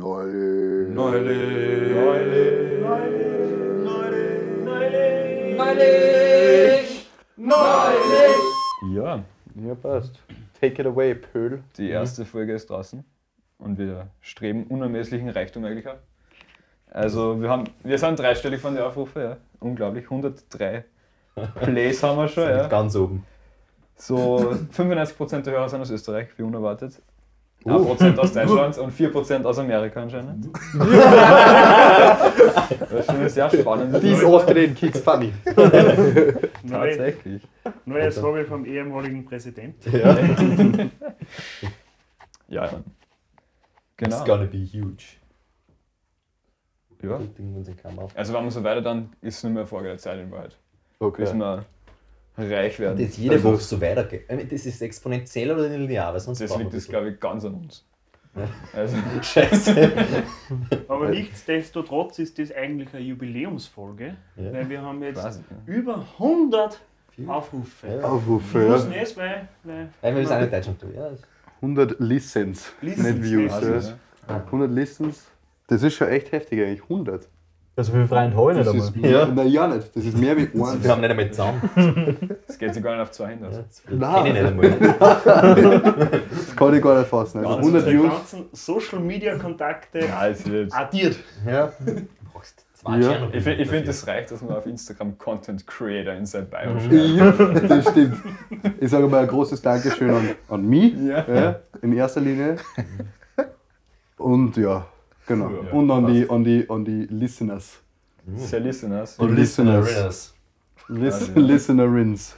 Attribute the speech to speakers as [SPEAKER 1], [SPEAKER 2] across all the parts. [SPEAKER 1] Neulich.
[SPEAKER 2] Neulich.
[SPEAKER 3] Neulich. Neulich. Neulich. Neulich.
[SPEAKER 2] Ja,
[SPEAKER 3] Ja, passt. Take it away, Pöhl.
[SPEAKER 2] die erste Folge ist draußen und wir streben unermesslichen Reichtum eigentlich an. Also wir, haben, wir sind dreistellig von den Aufrufen, ja. Unglaublich, 103 Plays haben wir schon, ja.
[SPEAKER 3] Ganz oben.
[SPEAKER 2] So 95% der Hörer sind aus Österreich, wie unerwartet.
[SPEAKER 3] Uh.
[SPEAKER 2] 1% aus Deutschland und 4% aus Amerika anscheinend. das ist schon eine sehr spannende
[SPEAKER 3] Dies Austrian Kicks funny.
[SPEAKER 4] Neue,
[SPEAKER 2] Tatsächlich.
[SPEAKER 4] neues Hobby vom ehemaligen Präsident.
[SPEAKER 2] Ja, ja.
[SPEAKER 3] It's
[SPEAKER 2] Genau.
[SPEAKER 3] gonna be huge.
[SPEAKER 2] Ja.
[SPEAKER 3] Ding, wenn sie kam auf.
[SPEAKER 2] Also wenn man so weiter, dann ist es nicht mehr Frage der Zeit in Wahrheit. Bis
[SPEAKER 3] Okay.
[SPEAKER 2] wir reich werden.
[SPEAKER 5] Das jede
[SPEAKER 2] also,
[SPEAKER 5] Woche so weitergeht. Ich meine, Das ist exponentiell oder linear, weil sonst
[SPEAKER 2] Das
[SPEAKER 5] brauchen
[SPEAKER 2] liegt
[SPEAKER 5] wir
[SPEAKER 2] jetzt, glaube ich, ganz an uns. Also,
[SPEAKER 5] Scheiße.
[SPEAKER 4] Aber nichtsdestotrotz ist das eigentlich eine Jubiläumsfolge,
[SPEAKER 5] Ja.
[SPEAKER 4] weil wir haben jetzt
[SPEAKER 2] quasi.
[SPEAKER 4] über 100
[SPEAKER 5] Viel.
[SPEAKER 4] Aufrufe.
[SPEAKER 5] Ja.
[SPEAKER 4] Wir
[SPEAKER 1] Aufrufe,
[SPEAKER 4] müssen
[SPEAKER 1] ja.
[SPEAKER 4] es, weil, weil
[SPEAKER 5] Weil wir das auch nicht Deutschland tun. Ja, das
[SPEAKER 1] 100 Listens,
[SPEAKER 4] Listens,
[SPEAKER 1] nicht Views.
[SPEAKER 2] Quasi,
[SPEAKER 1] ja.
[SPEAKER 2] ne?
[SPEAKER 1] 100 Listens, das ist schon echt heftig eigentlich, 100.
[SPEAKER 6] Also wir freien Heulen
[SPEAKER 1] Das
[SPEAKER 6] nicht
[SPEAKER 1] ist
[SPEAKER 6] einmal.
[SPEAKER 1] mehr,
[SPEAKER 5] Ja.
[SPEAKER 1] na ja nicht, das ist mehr wie
[SPEAKER 5] ist-
[SPEAKER 1] eins.
[SPEAKER 5] wir haben nicht einmal zusammen.
[SPEAKER 2] Das geht sogar nicht auf zwei hin.
[SPEAKER 5] Ja,
[SPEAKER 2] Also.
[SPEAKER 5] das kenne
[SPEAKER 1] Nein.
[SPEAKER 5] ich nicht einmal.
[SPEAKER 1] Das kann ich gar nicht fassen. Also
[SPEAKER 5] Ja, das
[SPEAKER 1] 100
[SPEAKER 4] unsere
[SPEAKER 1] Views,
[SPEAKER 4] ganzen Social Media Kontakte
[SPEAKER 2] Ja, also jetzt.
[SPEAKER 4] addiert.
[SPEAKER 5] Ja. Du brauchst zwei
[SPEAKER 1] Ja.
[SPEAKER 5] Sterne.
[SPEAKER 2] Ich, find- ich finde, es reicht, dass man auf Instagram Content Creator in sein Bio schreibt.
[SPEAKER 1] Ja, das stimmt. Ich sage mal ein großes Dankeschön an, an mich,
[SPEAKER 2] Ja.
[SPEAKER 1] ja, in erster Linie. Und ja, genau.
[SPEAKER 2] Ja,
[SPEAKER 1] Und an die, an, die, an die Listeners.
[SPEAKER 2] Das ist ja ne? Listeners.
[SPEAKER 1] Die Listeners. Lis
[SPEAKER 5] Listeners.
[SPEAKER 2] Ja.
[SPEAKER 1] Listenerins.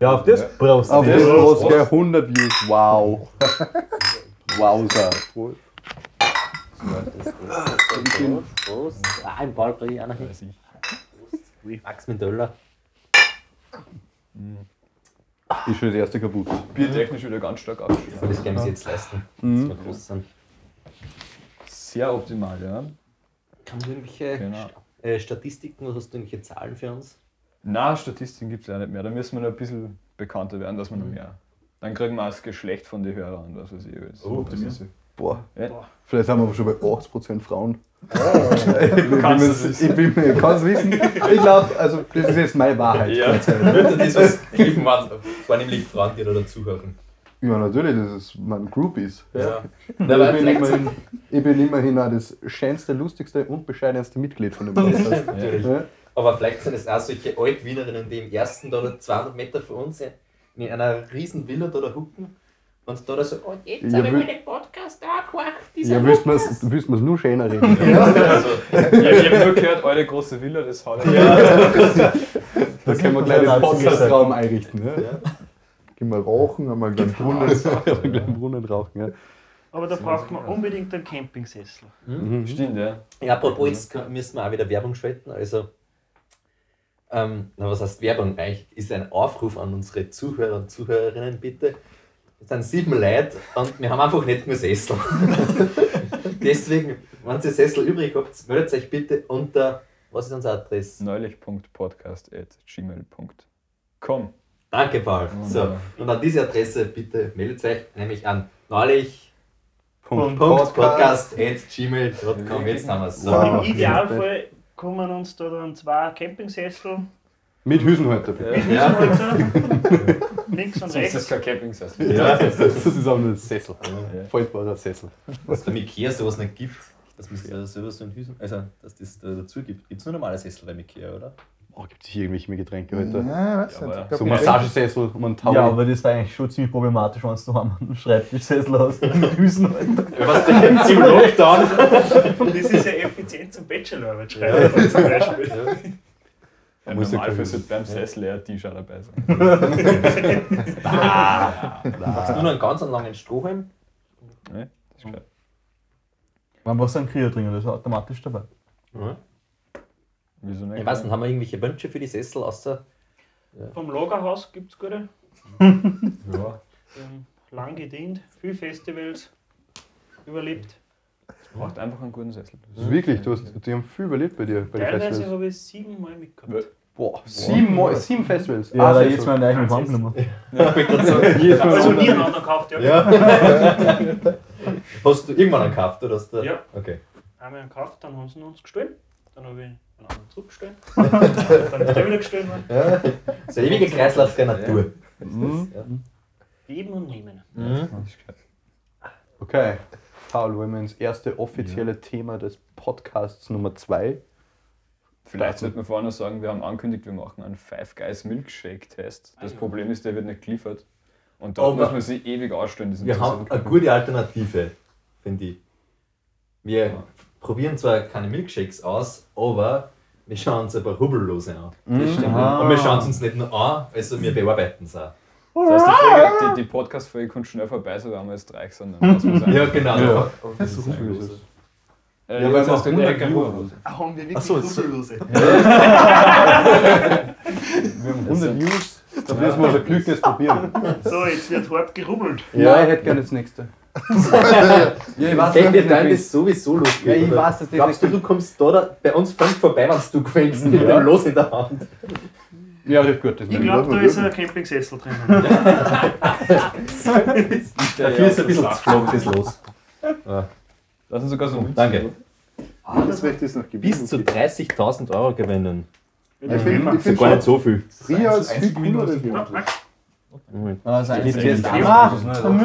[SPEAKER 6] Ja, auf das
[SPEAKER 2] Ja.
[SPEAKER 6] brauchst du.
[SPEAKER 1] Auf das
[SPEAKER 6] dich.
[SPEAKER 1] Post, gell, 100 Views. Wow. Wowser.
[SPEAKER 5] Prost. Ah, ein Ball kriege ich auch noch hin.
[SPEAKER 2] Weiß ich.
[SPEAKER 5] Max Mendeller.
[SPEAKER 1] Ist schon das erste kaputt.
[SPEAKER 2] Biertechnisch wieder ganz stark ab.
[SPEAKER 5] Für das können wir uns jetzt leisten, dass
[SPEAKER 2] Mhm.
[SPEAKER 5] wir groß sind.
[SPEAKER 2] Sehr optimal, ja.
[SPEAKER 5] Kann du irgendwelche
[SPEAKER 2] Genau.
[SPEAKER 5] Sta- äh, Statistiken oder hast du irgendwelche Zahlen für uns?
[SPEAKER 2] Na, Statistiken gibt es ja nicht mehr. Da müssen wir noch ein bisschen bekannter werden, dass wir noch mehr. Dann kriegen wir auch das Geschlecht von den Hörern, was weiß ich. alles.
[SPEAKER 5] Oh,
[SPEAKER 2] das ist
[SPEAKER 1] Boah.
[SPEAKER 2] Ja.
[SPEAKER 1] Vielleicht haben wir aber schon bei 80% Frauen.
[SPEAKER 2] Oh. Du kannst es nicht.
[SPEAKER 1] Ich bin mir ganz wissen. Ich glaube, also das ist jetzt meine Wahrheit.
[SPEAKER 2] Ja.
[SPEAKER 5] Würde Also das was geben, vornehmlich Frauen, die da dazuhören.
[SPEAKER 1] Ja, natürlich, das ist mein Groupies.
[SPEAKER 5] Ja.
[SPEAKER 1] ich, bin immerhin, ich bin immerhin auch das schönste, lustigste und bescheidenste Mitglied von dem Podcast.
[SPEAKER 5] Natürlich.
[SPEAKER 1] Ja.
[SPEAKER 5] Aber vielleicht sind es auch solche Altwienerinnen, die im ersten da noch 200 Meter von uns in einer riesen Villa da, da hucken und da, da so, oh, jetzt
[SPEAKER 1] Ja,
[SPEAKER 5] habe ich
[SPEAKER 1] wür-
[SPEAKER 5] mal den Podcast angehört, dieser
[SPEAKER 1] Ja, wüssten wir es nur schöner reden.
[SPEAKER 5] Also,
[SPEAKER 2] Ja, ich habe nur gehört, eure große Villa, das haut
[SPEAKER 1] Da können wir
[SPEAKER 6] man
[SPEAKER 1] gleich den
[SPEAKER 6] leider nicht so
[SPEAKER 1] Podcastraum einrichten. Ja. Gehen wir rauchen, einmal einen kleinen Brunnen, einen kleinen Brunnen rauchen. Ja.
[SPEAKER 4] Aber da braucht man unbedingt einen Campingsessel.
[SPEAKER 1] Mhm.
[SPEAKER 2] Stimmt, ja.
[SPEAKER 5] Ja, apropos, jetzt kann- müssen wir auch wieder Werbung schalten. Also, ähm, na, was heißt Werbung? Eigentlich ist ein Aufruf an unsere Zuhörer und Zuhörerinnen, bitte. Es sind sieben Leute und wir haben einfach nicht mehr Sessel. Deswegen, wenn ihr Sessel übrig habt, meldet euch bitte unter, was ist unsere
[SPEAKER 2] Mhm.
[SPEAKER 5] Adresse?
[SPEAKER 2] neulich.podcast.gmail.com
[SPEAKER 5] Danke, Paul. So,
[SPEAKER 2] Wunderbar.
[SPEAKER 5] und an diese Adresse bitte meldet euch nämlich an
[SPEAKER 1] Punkt.
[SPEAKER 5] neulich.podcast.gmail.com. Jetzt haben wir es. So.
[SPEAKER 1] Wow.
[SPEAKER 4] Im Idealfall kommen uns da dann zwei Campingsessel,
[SPEAKER 1] Mit Hüsen heute, bitte.
[SPEAKER 5] Ja.
[SPEAKER 4] links und
[SPEAKER 2] Das ist
[SPEAKER 4] rechts.
[SPEAKER 2] kein Camping-Sessel.
[SPEAKER 5] Ja.
[SPEAKER 1] Das ist auch nur ein Sessel. Faltbarer Sessel.
[SPEAKER 5] dass beim Ikea sowas nicht gibt. Dass man sich da selber so in Hüsen, also dass das da dazu gibt. Gibt es nur normale Sessel beim Ikea, oder?
[SPEAKER 1] Oh, gibt es hier irgendwelche Getränke heute?
[SPEAKER 2] Ja, aber-
[SPEAKER 1] So Massagesessel und einen Tau.
[SPEAKER 6] Ja, aber das war eigentlich schon ziemlich problematisch, wenn du daheim einen Schreibtischsessel hast mit Hüsen halt.
[SPEAKER 5] Was denn im Lockdown?
[SPEAKER 4] Und das ist ja effizient zum Bachelorarbeit schreiben zum Beispiel.
[SPEAKER 2] Ja,
[SPEAKER 1] Muss ja
[SPEAKER 2] normal
[SPEAKER 1] kein-
[SPEAKER 2] für so beim Sessel eher ein T-Shirt dabei sein.
[SPEAKER 5] Hast du nur einen ganz langen Strohhalm?
[SPEAKER 2] Ne? Das ist klar.
[SPEAKER 6] Wenn was ein Krier drin, das ist automatisch dabei.
[SPEAKER 2] Wieso nicht?
[SPEAKER 5] Ich weiß nicht, haben wir irgendwelche Wünsche für die Sessel außer.
[SPEAKER 4] Vom Lagerhaus gibt es gute,
[SPEAKER 2] Ja.
[SPEAKER 4] ähm, lang gedient, viel Festivals, überlebt.
[SPEAKER 2] Braucht einfach einen guten Sessel.
[SPEAKER 1] Das ist wirklich, du hast, die haben viel überlebt bei dir, bei den
[SPEAKER 4] Teilweise
[SPEAKER 1] Festivals.
[SPEAKER 4] habe ich siebenmal mitgehabt.
[SPEAKER 1] Boah, sieben, Mal- sieben Festivals.
[SPEAKER 6] Ja,
[SPEAKER 1] Ah,
[SPEAKER 6] da
[SPEAKER 1] Sessel.
[SPEAKER 6] jetzt mal einen eigenen Wampel
[SPEAKER 5] Ich wollte gerade sagen,
[SPEAKER 1] Jedes Mal
[SPEAKER 4] Also
[SPEAKER 1] einen anderen.
[SPEAKER 4] nie einen anderen gekauft, ja.
[SPEAKER 5] ja. Hast du irgendwann einen gekauft oder hast du?
[SPEAKER 4] Ja.
[SPEAKER 5] Okay.
[SPEAKER 4] Einmal einen gekauft, dann haben sie ihn uns gestellt. Dann habe ich einen anderen zurückgestellt. dann ist der wieder gestellt worden.
[SPEAKER 5] Ja. So ein ewiger Kreislauf der Natur. Mhm.
[SPEAKER 4] Geben und nehmen.
[SPEAKER 1] Okay. Paul, wollen wir ins erste offizielle Thema des Podcasts Nummer 2?
[SPEAKER 2] Vielleicht sollten wir vorher noch sagen, wir haben angekündigt, wir machen einen Five Guys Milkshake-Test.
[SPEAKER 1] Ah,
[SPEAKER 2] Das Problem ist, der wird nicht geliefert. Und da
[SPEAKER 1] Oh,
[SPEAKER 5] Aber
[SPEAKER 2] muss man sich ewig ausstellen. diesen
[SPEAKER 5] Wir haben eine
[SPEAKER 2] Zusammenhang.
[SPEAKER 5] gute Alternative, finde ich. Wir probieren zwar keine Milkshakes aus, aber wir schauen uns ein paar Hubbellose an.
[SPEAKER 2] Das stimmt.
[SPEAKER 5] Und wir schauen es uns nicht nur an, also wir bearbeiten es auch.
[SPEAKER 2] Das heißt, die, Folge- die, die Podcast-Folge kommt schnell vorbei, so haben wir jetzt drei sind. Dann muss man sagen.
[SPEAKER 5] Ja, genau.
[SPEAKER 1] Ja.
[SPEAKER 5] Das ist
[SPEAKER 2] äh,
[SPEAKER 1] Ja,
[SPEAKER 2] ja,
[SPEAKER 1] weil
[SPEAKER 2] das
[SPEAKER 1] wir
[SPEAKER 2] heißt,
[SPEAKER 1] auch
[SPEAKER 2] der Ecker
[SPEAKER 1] 100
[SPEAKER 2] Huber.
[SPEAKER 1] Viewer
[SPEAKER 7] Haben wir
[SPEAKER 5] Ach so,
[SPEAKER 7] wirklich
[SPEAKER 5] ist so-
[SPEAKER 7] Kugelose?
[SPEAKER 1] Wir haben 100 Views. Da müssen wir unser Glück jetzt probieren.
[SPEAKER 4] So, jetzt wird hart gerubbelt.
[SPEAKER 1] Ja, ich hätte gerne das nächste. ja, ich weiß
[SPEAKER 5] Hey, wir
[SPEAKER 1] nicht,
[SPEAKER 5] teilen
[SPEAKER 1] wie-
[SPEAKER 5] das sowieso los.
[SPEAKER 1] Ja, ich weiß das
[SPEAKER 5] Glaubst du, du kommst da, da bei uns völlig vorbei, wenn du gewinnst mit
[SPEAKER 1] Ja.
[SPEAKER 5] dem Los in der Hand?
[SPEAKER 1] Ja, das ist halt gut. Das
[SPEAKER 4] Ich
[SPEAKER 1] nehme
[SPEAKER 4] glaube, da ist ein Campingsessel drin.
[SPEAKER 5] Dafür ist ein bisschen zu flog das Los.
[SPEAKER 2] Das sind sogar so Mützen.
[SPEAKER 5] Danke.
[SPEAKER 1] Ah, das Recht ist noch gewiesen.
[SPEAKER 5] Bis zu 30.000 Euro gewinnen.
[SPEAKER 1] Ich finde
[SPEAKER 5] Das ist gar nicht so viel.
[SPEAKER 1] Ria als viel cooler Region.
[SPEAKER 6] Ah, sein
[SPEAKER 5] Jetzt geht's
[SPEAKER 6] Münzen.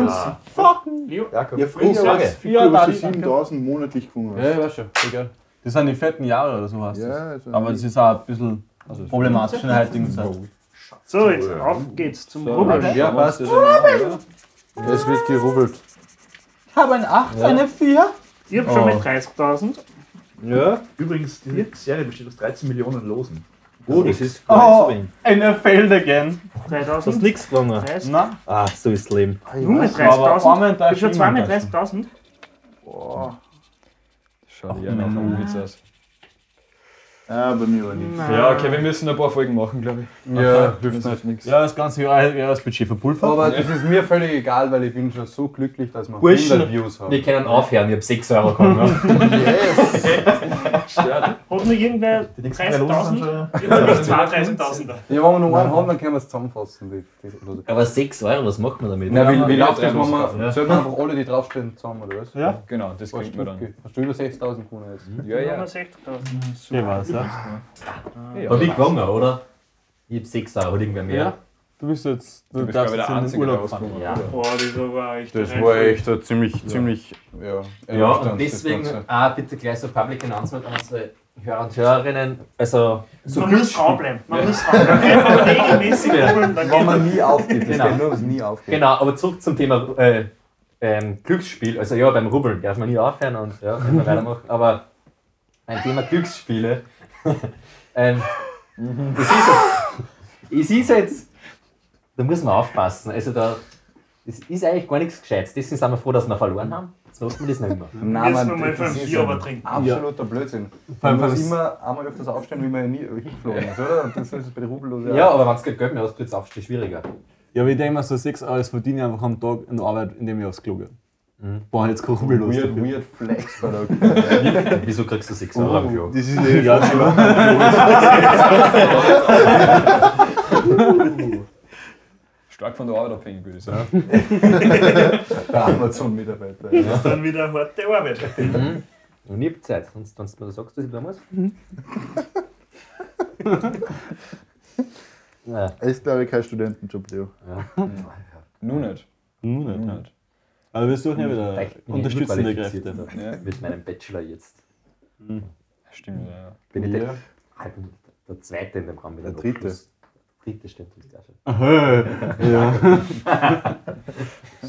[SPEAKER 4] Leo,
[SPEAKER 5] Jakob.
[SPEAKER 7] Ja, früher
[SPEAKER 5] Sage.
[SPEAKER 7] war es viel
[SPEAKER 6] Ja,
[SPEAKER 7] cooler, was
[SPEAKER 6] danke,
[SPEAKER 7] ich
[SPEAKER 6] danke.
[SPEAKER 7] 7000 monatlich gewonnen
[SPEAKER 1] Ja,
[SPEAKER 7] habe.
[SPEAKER 1] ich weiß schon. Egal.
[SPEAKER 6] Das sind die vierten Jahre oder so hast
[SPEAKER 7] Ja,
[SPEAKER 6] du.
[SPEAKER 7] also
[SPEAKER 6] Aber das ist auch ein bisschen problematisch in der heutigen Zeit.
[SPEAKER 4] so, jetzt auf geht's zum
[SPEAKER 2] So,
[SPEAKER 4] Rubbeln.
[SPEAKER 2] Rubbel.
[SPEAKER 1] Ja,
[SPEAKER 2] Schauen wir
[SPEAKER 1] passt.
[SPEAKER 2] uns das an, oder?
[SPEAKER 1] Es wird gerubbelt.
[SPEAKER 6] Ich habe ein 8, eine 4.
[SPEAKER 4] Ich habe schon
[SPEAKER 6] Oh.
[SPEAKER 4] mit 30.000.
[SPEAKER 7] Ja.
[SPEAKER 8] Übrigens, diese Serie besteht aus 13 Millionen Losen.
[SPEAKER 5] Oh, das ist
[SPEAKER 6] Oh, eine failed again.
[SPEAKER 4] 3.000.
[SPEAKER 5] nichts gewonnen.
[SPEAKER 4] 30.
[SPEAKER 6] Na,
[SPEAKER 5] Ah, so ist Leben.
[SPEAKER 4] Nur mit
[SPEAKER 6] aber
[SPEAKER 4] 30.000.
[SPEAKER 6] Armin, da
[SPEAKER 4] Ich schon
[SPEAKER 6] ist
[SPEAKER 4] zwei mit
[SPEAKER 6] jemand da schon.
[SPEAKER 4] 30.000.
[SPEAKER 2] Schaut ja nach einem Witz aus.
[SPEAKER 7] Ah, bei mir war nichts.
[SPEAKER 2] Ja, okay, wir müssen ein paar Folgen machen, glaube ich.
[SPEAKER 1] Ja,
[SPEAKER 2] hilft nicht nichts.
[SPEAKER 6] Ja, das ganze Jahr, ja, das Budget verpulvert.
[SPEAKER 1] Aber das ist mir völlig egal, weil ich bin schon so glücklich, dass wir
[SPEAKER 5] Burschen.
[SPEAKER 1] 100 Views haben.
[SPEAKER 5] Wir können aufhören, ich habe 6 Euro ne? bekommen.
[SPEAKER 4] Hat noch irgendwer
[SPEAKER 8] Die nächsten drei Losen sind
[SPEAKER 4] 30.000?
[SPEAKER 8] schon.
[SPEAKER 4] Jetzt habe ich zwei 30.000er.
[SPEAKER 1] Ja, wenn wir noch einen haben, dann können wir es zusammenfassen. Die, die, die.
[SPEAKER 5] Aber 6 Euro, was macht man damit?
[SPEAKER 1] Na, wie, wie
[SPEAKER 2] ja,
[SPEAKER 1] läuft
[SPEAKER 2] drei
[SPEAKER 1] das, wenn
[SPEAKER 2] muss
[SPEAKER 1] wir,
[SPEAKER 2] kaufen,
[SPEAKER 1] ja. sollen wir einfach alle, die draufstehen, zusammen, oder was?
[SPEAKER 6] Ja.
[SPEAKER 2] Genau, das
[SPEAKER 1] Hast
[SPEAKER 2] kriegt man
[SPEAKER 1] du,
[SPEAKER 2] dann.
[SPEAKER 1] okay. hast du über 6000 gewonnen jetzt?
[SPEAKER 2] Ja,
[SPEAKER 4] Ja.
[SPEAKER 2] ja.
[SPEAKER 4] 60.000.
[SPEAKER 6] Ich weiß, ja.
[SPEAKER 2] ja.
[SPEAKER 5] Hab ich gewonnen, oder? Ich hab 6 Euro, hat irgendwer mehr.
[SPEAKER 6] Ja. Du bist jetzt, du,
[SPEAKER 2] bist,
[SPEAKER 6] darfst
[SPEAKER 2] glaub ich,
[SPEAKER 6] jetzt
[SPEAKER 2] der Einzige,
[SPEAKER 6] in den
[SPEAKER 2] der
[SPEAKER 6] Urlaub
[SPEAKER 2] was
[SPEAKER 6] fahren.
[SPEAKER 5] Ja.
[SPEAKER 4] Boah, das war echt.
[SPEAKER 1] Das
[SPEAKER 4] ein
[SPEAKER 1] war
[SPEAKER 4] Reinfall.
[SPEAKER 1] echt ein ziemlich, ziemlich, ja.
[SPEAKER 5] Ja, und
[SPEAKER 1] ernüchternd, das
[SPEAKER 5] deswegen
[SPEAKER 1] Ganze.
[SPEAKER 5] auch bitte gleich so Public Announcement an unsere Hörer und Hörerinnen. Also, so
[SPEAKER 4] Man
[SPEAKER 5] gut-
[SPEAKER 4] muss dran bleiben. Man muss dran bleiben. Regelmäßig rubbeln, dann
[SPEAKER 1] Wenn
[SPEAKER 4] geht
[SPEAKER 1] man nie aufgibt, das
[SPEAKER 5] Genau.
[SPEAKER 1] geht nur, wenn es nie aufgibt.
[SPEAKER 5] Genau, aber zurück zum Thema äh, ähm, Glücksspiel. Also ja, beim Rubbeln darf man nie aufhören und ja, kann man weitermachen. Aber beim Thema Glücksspiele. ähm, es, ist, es ist jetzt. Da muss man aufpassen. Also da. Es ist eigentlich gar nichts Gescheites. Deswegen sind wir froh, dass wir verloren haben. Jetzt lassen wir das nicht mehr.
[SPEAKER 1] Nein,
[SPEAKER 4] Müssen wir
[SPEAKER 1] man,
[SPEAKER 4] mal
[SPEAKER 1] das
[SPEAKER 4] für ein
[SPEAKER 1] ist
[SPEAKER 4] Bier aber trinken.
[SPEAKER 1] absoluter Blödsinn. Man muss immer einmal öfters aufstehen, wie man nie hingeflogen ist, oder? Und das ist bei der Rubellose
[SPEAKER 5] Ja, aber wenn es kein Geld mehr hast, wird es aufstehen schwieriger.
[SPEAKER 6] Ja, aber ich denke mir, so 6 Euro das verdiene ich einfach am Tag in der Arbeit, indem ich aufs Klo gehe. Boah, jetzt kein Rubel los.
[SPEAKER 1] Weird,
[SPEAKER 6] dafür.
[SPEAKER 1] weird Flex, Alter.
[SPEAKER 5] Wieso kriegst du 6 Euro am Jahr?
[SPEAKER 6] Das ist eh ja,
[SPEAKER 2] Stark von der Arbeit abhängig, würde ich sagen.
[SPEAKER 1] Der Amazon-Mitarbeiter.
[SPEAKER 4] das dann wieder harte Arbeit.
[SPEAKER 5] Und ich hab Zeit, sonst, sonst du sagst, dass ich da muss. ja.
[SPEAKER 7] Ich glaube, kein Studentenjob, Leo.
[SPEAKER 2] Nun nicht.
[SPEAKER 6] Nun
[SPEAKER 2] Nun
[SPEAKER 6] nicht.
[SPEAKER 2] nicht.
[SPEAKER 6] Aber wir suchen ja wieder
[SPEAKER 5] Vielleicht bin ich
[SPEAKER 6] unterstützende
[SPEAKER 5] überqualifiziert
[SPEAKER 6] Kräfte.
[SPEAKER 5] dann Mit meinem Bachelor jetzt.
[SPEAKER 2] Stimmt, ja.
[SPEAKER 5] Bin ich
[SPEAKER 1] Ja.
[SPEAKER 5] der, Ah, ich bin der zweite in dem Raum mit
[SPEAKER 7] Der
[SPEAKER 5] dem
[SPEAKER 7] Dritte.
[SPEAKER 5] Abschluss. Der dritte stimmt uns gleich schon.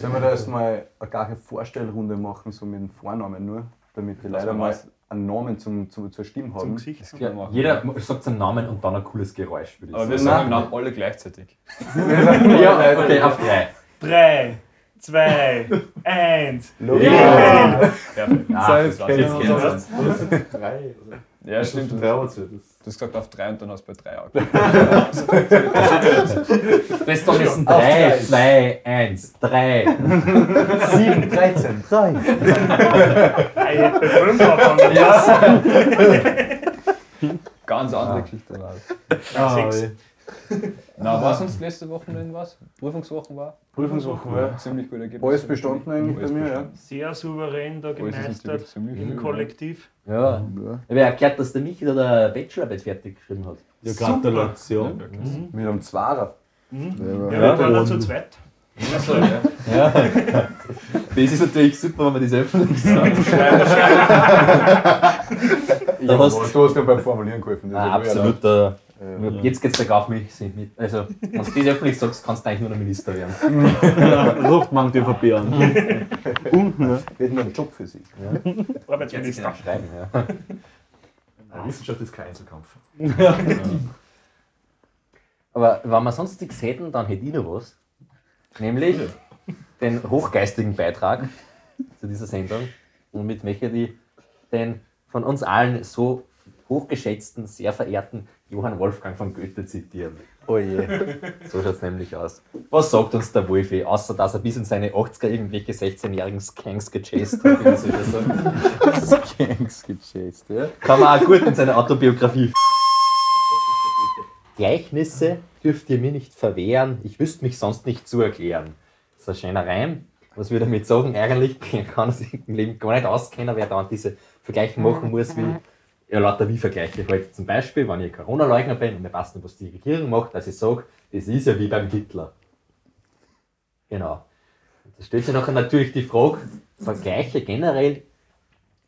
[SPEAKER 1] Sollen wir da erstmal eine gleiche Vorstellrunde machen, so mit dem Vornamen nur, damit die
[SPEAKER 2] Lass
[SPEAKER 1] Leute
[SPEAKER 2] mal
[SPEAKER 1] mal
[SPEAKER 2] was.
[SPEAKER 1] einen Namen zum, zum, zur Stimme
[SPEAKER 4] Zum
[SPEAKER 1] haben?
[SPEAKER 4] Gesicht.
[SPEAKER 2] Hm, Das kann man machen.
[SPEAKER 5] Jeder sagt seinen Namen und dann ein cooles Geräusch, würde ich
[SPEAKER 2] Aber
[SPEAKER 5] sagen.
[SPEAKER 2] wir sagen im Namen alle gleichzeitig.
[SPEAKER 5] ja, okay, auf drei.
[SPEAKER 4] Drei, zwei, eins.
[SPEAKER 5] Ja.
[SPEAKER 2] Perfekt.
[SPEAKER 5] Ah, das
[SPEAKER 1] Selbst
[SPEAKER 5] war's,
[SPEAKER 1] kennen
[SPEAKER 5] jetzt
[SPEAKER 1] wir
[SPEAKER 5] kennen
[SPEAKER 1] uns.
[SPEAKER 5] wir's.
[SPEAKER 2] Ja, stimmt. Du hast gesagt auf drei und dann hast du bei drei auch.
[SPEAKER 5] Das ist doch jetzt ein 3, 2, 1, 3.
[SPEAKER 1] 7, 13, 3.
[SPEAKER 4] Ah, Ich hätte bei fünf anfangen müssen.
[SPEAKER 2] Ganz andere Geschichte.
[SPEAKER 4] Sechs.
[SPEAKER 2] Na, war sonst letzte Woche noch irgendwas? Prüfungswochen war?
[SPEAKER 1] Prüfungswoche war.
[SPEAKER 2] Ziemlich gut ergebnis.
[SPEAKER 1] Alles bestanden eigentlich
[SPEAKER 2] Alles
[SPEAKER 1] bei mir, ja.
[SPEAKER 2] bestanden.
[SPEAKER 4] Sehr souverän da
[SPEAKER 2] Alles ist natürlich
[SPEAKER 4] gemeistert.
[SPEAKER 2] ziemlich
[SPEAKER 4] Im
[SPEAKER 2] gut,
[SPEAKER 4] Kollektiv.
[SPEAKER 6] Ja,
[SPEAKER 7] Ja.
[SPEAKER 5] Ich habe ja gehört, dass der Michi da der Bachelorarbeit fertig geschrieben hat.
[SPEAKER 6] ja Gratulation.
[SPEAKER 4] Mhm.
[SPEAKER 1] Mit einem Zwarer.
[SPEAKER 4] Ja,
[SPEAKER 7] Ja,
[SPEAKER 4] wir
[SPEAKER 7] ja.
[SPEAKER 4] waren da zu zweit.
[SPEAKER 2] ja. Ach so, ja.
[SPEAKER 6] Ja.
[SPEAKER 5] Das ist natürlich super, wenn man das öffentlich sagt.
[SPEAKER 1] Ja,
[SPEAKER 5] hast-
[SPEAKER 1] aber du Ah, hast mir beim Formulieren geholfen. das
[SPEAKER 5] Ein
[SPEAKER 1] hab ich
[SPEAKER 5] absoluter.
[SPEAKER 1] ja
[SPEAKER 5] Nur äh, Jetzt geht's der Graf mich mit. Also, wenn du das öffentlich sagst, kannst du eigentlich nur der Minister werden.
[SPEAKER 6] Ruft man die ÖVP an.
[SPEAKER 1] gedacht. Wir hätten einen Job für sie.
[SPEAKER 4] Arbeitsminister.
[SPEAKER 5] Schreiben, ja.
[SPEAKER 8] Wissenschaft ist kein Einzelkampf.
[SPEAKER 5] Aber wenn wir sonst nichts hätten, dann hätte ich noch was. Nämlich den hochgeistigen Beitrag zu dieser Sendung. Und mit welcher die den von uns allen so hochgeschätzten, sehr verehrten Johann Wolfgang von Goethe zitieren.
[SPEAKER 3] Oh je.
[SPEAKER 5] So schaut's nämlich aus. Was sagt uns der Wolfi, außer dass er bis in seine 80er irgendwelche 16-jährigen Skanks gechased hat? wie man so schön sagt.
[SPEAKER 3] Gangs gechased, ja?
[SPEAKER 5] Kann man auch gut in seine Autobiografie. Gleichnisse dürft ihr mir nicht verwehren, ich wüsste mich sonst nicht zu erklären. Das ist ein schöner Reim. Was wir damit sagen, eigentlich kann es im Leben gar nicht auskennen, wer da diese Vergleiche machen muss, wie ja, lauter wie Vergleiche halt. Zum Beispiel, wenn ich Corona-Leugner bin und mir passt nicht, was die Regierung macht, dass ich sage, das ist ja wie beim Hitler. Genau. Da stellt sich nachher natürlich die Frage, Vergleiche generell,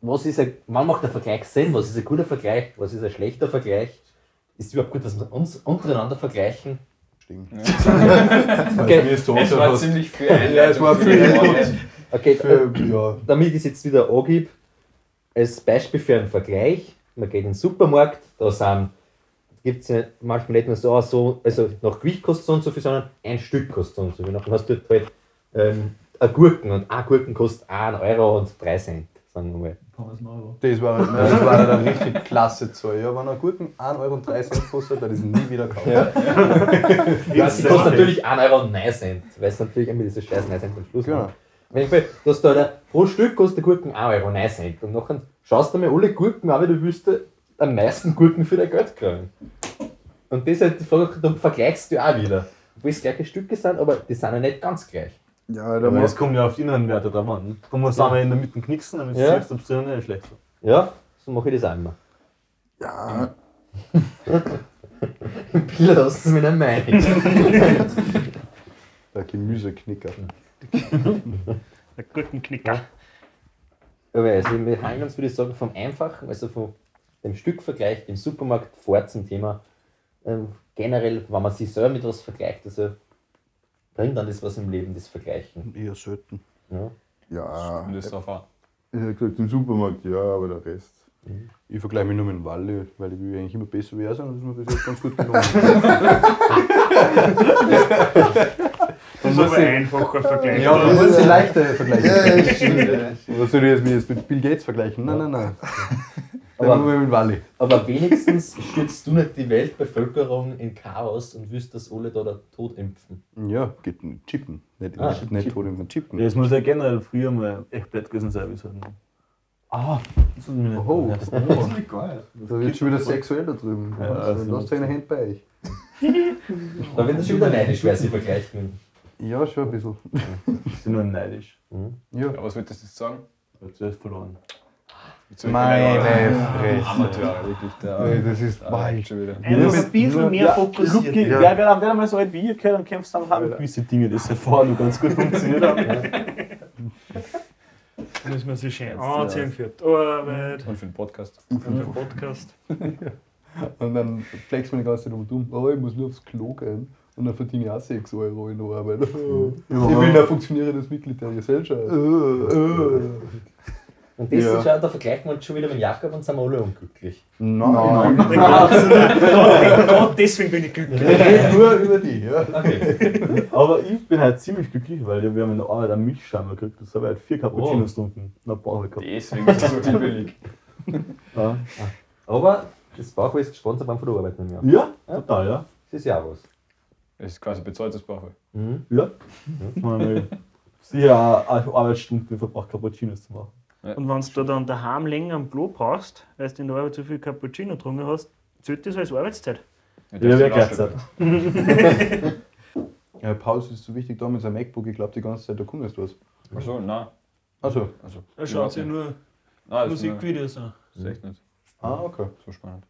[SPEAKER 5] was ist ein, wann macht der Vergleich Sinn? Was ist ein guter Vergleich? Was ist ein schlechter Vergleich? Ist es überhaupt gut, dass wir uns untereinander vergleichen? Okay,
[SPEAKER 2] Es war ziemlich viel.
[SPEAKER 1] Ja, es war viel.
[SPEAKER 5] okay äh,
[SPEAKER 1] Für, ja.
[SPEAKER 5] damit ich es jetzt wieder angebe, als Beispiel für einen Vergleich, man geht in den Supermarkt, da sind gibt es ja manchmal nicht nur so, ah, so also nach Gewicht kostet so und so viel, sondern ein Stück kostet so und so viel. Dann hast du dort halt ähm, Gurken und eine Gurken kostet 1 Euro und 3 Cent, sagen wir mal.
[SPEAKER 1] Das war, halt, ne, das war dann richtig klasse Zoll. Ja, wenn ein Gurken 1,30 Euro kostet, dann ist nie wieder kaufen.
[SPEAKER 5] Das kostet natürlich 1 Euro und 9 Cent, weil es natürlich immer diese scheiß 9 Cent am Schluss
[SPEAKER 1] Genau.
[SPEAKER 5] macht. Auf jeden Fall, dass da der, pro Stück kostet der Gurken 1 Euro und 9 Cent. Und nachher schaust du mir alle Gurken an, weil du willst am meisten Gurken für dein Geld kriegen. Und das ist halt die Frage, dann vergleichst du auch wieder. Obwohl es gleiche Stücke sind, aber die sind ja nicht ganz gleich.
[SPEAKER 7] Ja, da
[SPEAKER 6] Aber
[SPEAKER 7] muss
[SPEAKER 6] es kommt ja auf die inneren Werte drauf an. Du musst einmal in der Mitte knicksen, damit du
[SPEAKER 5] Ja.
[SPEAKER 6] siehst, ob es drin oder schlecht ist.
[SPEAKER 5] Ja, so mache ich das auch immer.
[SPEAKER 7] Ja,
[SPEAKER 5] Im Bilder lassen sie mich nicht meinen.
[SPEAKER 1] Der Gemüseknicker.
[SPEAKER 4] Der Gurkenknicker.
[SPEAKER 5] Aber also, wir hangeln uns, würde ich sagen, vom Einfachen, also von dem Stückvergleich im Supermarkt vor zum Thema ähm, generell, wenn man sich selber mit was vergleicht, also bringt dann das was im Leben, das Vergleichen.
[SPEAKER 7] eher selten.
[SPEAKER 5] Ja.
[SPEAKER 7] Ja,
[SPEAKER 2] Und das drauf an.
[SPEAKER 7] ich hab gesagt, im Supermarkt, ja, aber der Rest.
[SPEAKER 1] Mhm. Ich vergleiche mich nur mit dem Walle, weil ich will eigentlich immer besser wie er sein und das ist mir bis jetzt ganz gut gelungen.
[SPEAKER 4] Das ist aber ein einfacher Vergleich.
[SPEAKER 1] ja, man muss sie leichter vergleichen.
[SPEAKER 7] stimmt.
[SPEAKER 1] Oder soll ich jetzt mich jetzt mit Bill Gates vergleichen? Nein, nein, nein.
[SPEAKER 5] Aber-
[SPEAKER 1] Aber nur mit dem Walle.
[SPEAKER 5] Aber wenigstens stürzt du nicht die Weltbevölkerung in Chaos und willst, dass alle da der Tod impfen.
[SPEAKER 1] Ja, geht mit Chippen. Nicht,
[SPEAKER 5] Ah,
[SPEAKER 1] nicht, nicht tot, mit Chippen.
[SPEAKER 6] Ja, es muss ja generell früher mal echt blöd gewesen sein, wie so ein. Ah, das hat mich nicht
[SPEAKER 1] Oh,
[SPEAKER 6] oh.
[SPEAKER 1] da wird schon wieder sexuell da drüben.
[SPEAKER 6] Ja,
[SPEAKER 1] Also,
[SPEAKER 6] also-
[SPEAKER 1] Lasst deine Hände bei euch.
[SPEAKER 5] Da wird das schon wieder neidisch, wer sie vergleichen.
[SPEAKER 1] Ja, schon ein bisschen.
[SPEAKER 6] Ich bin nur neidisch.
[SPEAKER 1] Ja.
[SPEAKER 2] Aber was wolltest du jetzt sagen?
[SPEAKER 6] Ich hab zuerst verloren.
[SPEAKER 2] Amateur, wirklich. Der
[SPEAKER 1] Nee, das ist
[SPEAKER 2] Alter,
[SPEAKER 1] bald.
[SPEAKER 2] schon wieder.
[SPEAKER 4] Einfach ein bisschen mehr fokussiert.
[SPEAKER 6] Luki, wer gerade der mal so alt wie ihr gehört und kämpft, dann halt haben gewisse Dinge, die sehr vorher noch ganz gut funktioniert haben.
[SPEAKER 4] Müssen wir sich schön anziehen Ah, für die Arbeit,
[SPEAKER 2] Und für den Podcast.
[SPEAKER 4] für den Podcast.
[SPEAKER 1] Und dann flex man die ganze Zeit um und um. Oh, ich muss nur aufs Klo gehen. Und dann verdiene ich auch 6 Euro in der Arbeit. Ich bin ein funktionierendes Mitglied der Gesellschaft.
[SPEAKER 5] Und das
[SPEAKER 7] Ja.
[SPEAKER 5] ist schon, da vergleichen wir uns schon wieder mit Jakob und sind wir alle unglücklich.
[SPEAKER 1] Nein,
[SPEAKER 4] Und Gerade deswegen bin ich glücklich.
[SPEAKER 1] nur über die. Ja.
[SPEAKER 6] Aber ich bin halt ziemlich glücklich, weil wir haben in der Arbeit einen Milchschein gekriegt. Das habe ich halt vier Cappuccinos getrunken. Na, Pause gehabt.
[SPEAKER 2] Deswegen ist es so billig.
[SPEAKER 6] Ja.
[SPEAKER 5] Aber das Bauchweh ist gesponsert worden von der Arbeit nicht mehr.
[SPEAKER 6] ja, total, ja.
[SPEAKER 5] Das ist ja auch was.
[SPEAKER 2] Es ist quasi bezahltes Bauchweh.
[SPEAKER 6] Ja. Ich meine, sicher eine Arbeitsstunde verbraucht, Cappuccinos zu machen.
[SPEAKER 4] Und wenn du dann daheim länger am Klo brauchst, weil du in der Arbeit zu viel Cappuccino getrunken hast, zählt das als Arbeitszeit.
[SPEAKER 6] Ja, wer Kerze.
[SPEAKER 1] Ja, Paul es ist so wichtig da mit seinem MacBook. Ich glaube die ganze Zeit, da kommt erst was.
[SPEAKER 2] Achso, nein.
[SPEAKER 1] Achso.
[SPEAKER 2] Also,
[SPEAKER 4] Er schaut sich
[SPEAKER 2] überhaupt
[SPEAKER 4] nur
[SPEAKER 2] nicht. Nein, das ist nur-
[SPEAKER 4] Musikvideos an.
[SPEAKER 2] das ist echt nicht
[SPEAKER 1] Ah, okay.
[SPEAKER 2] so spannend.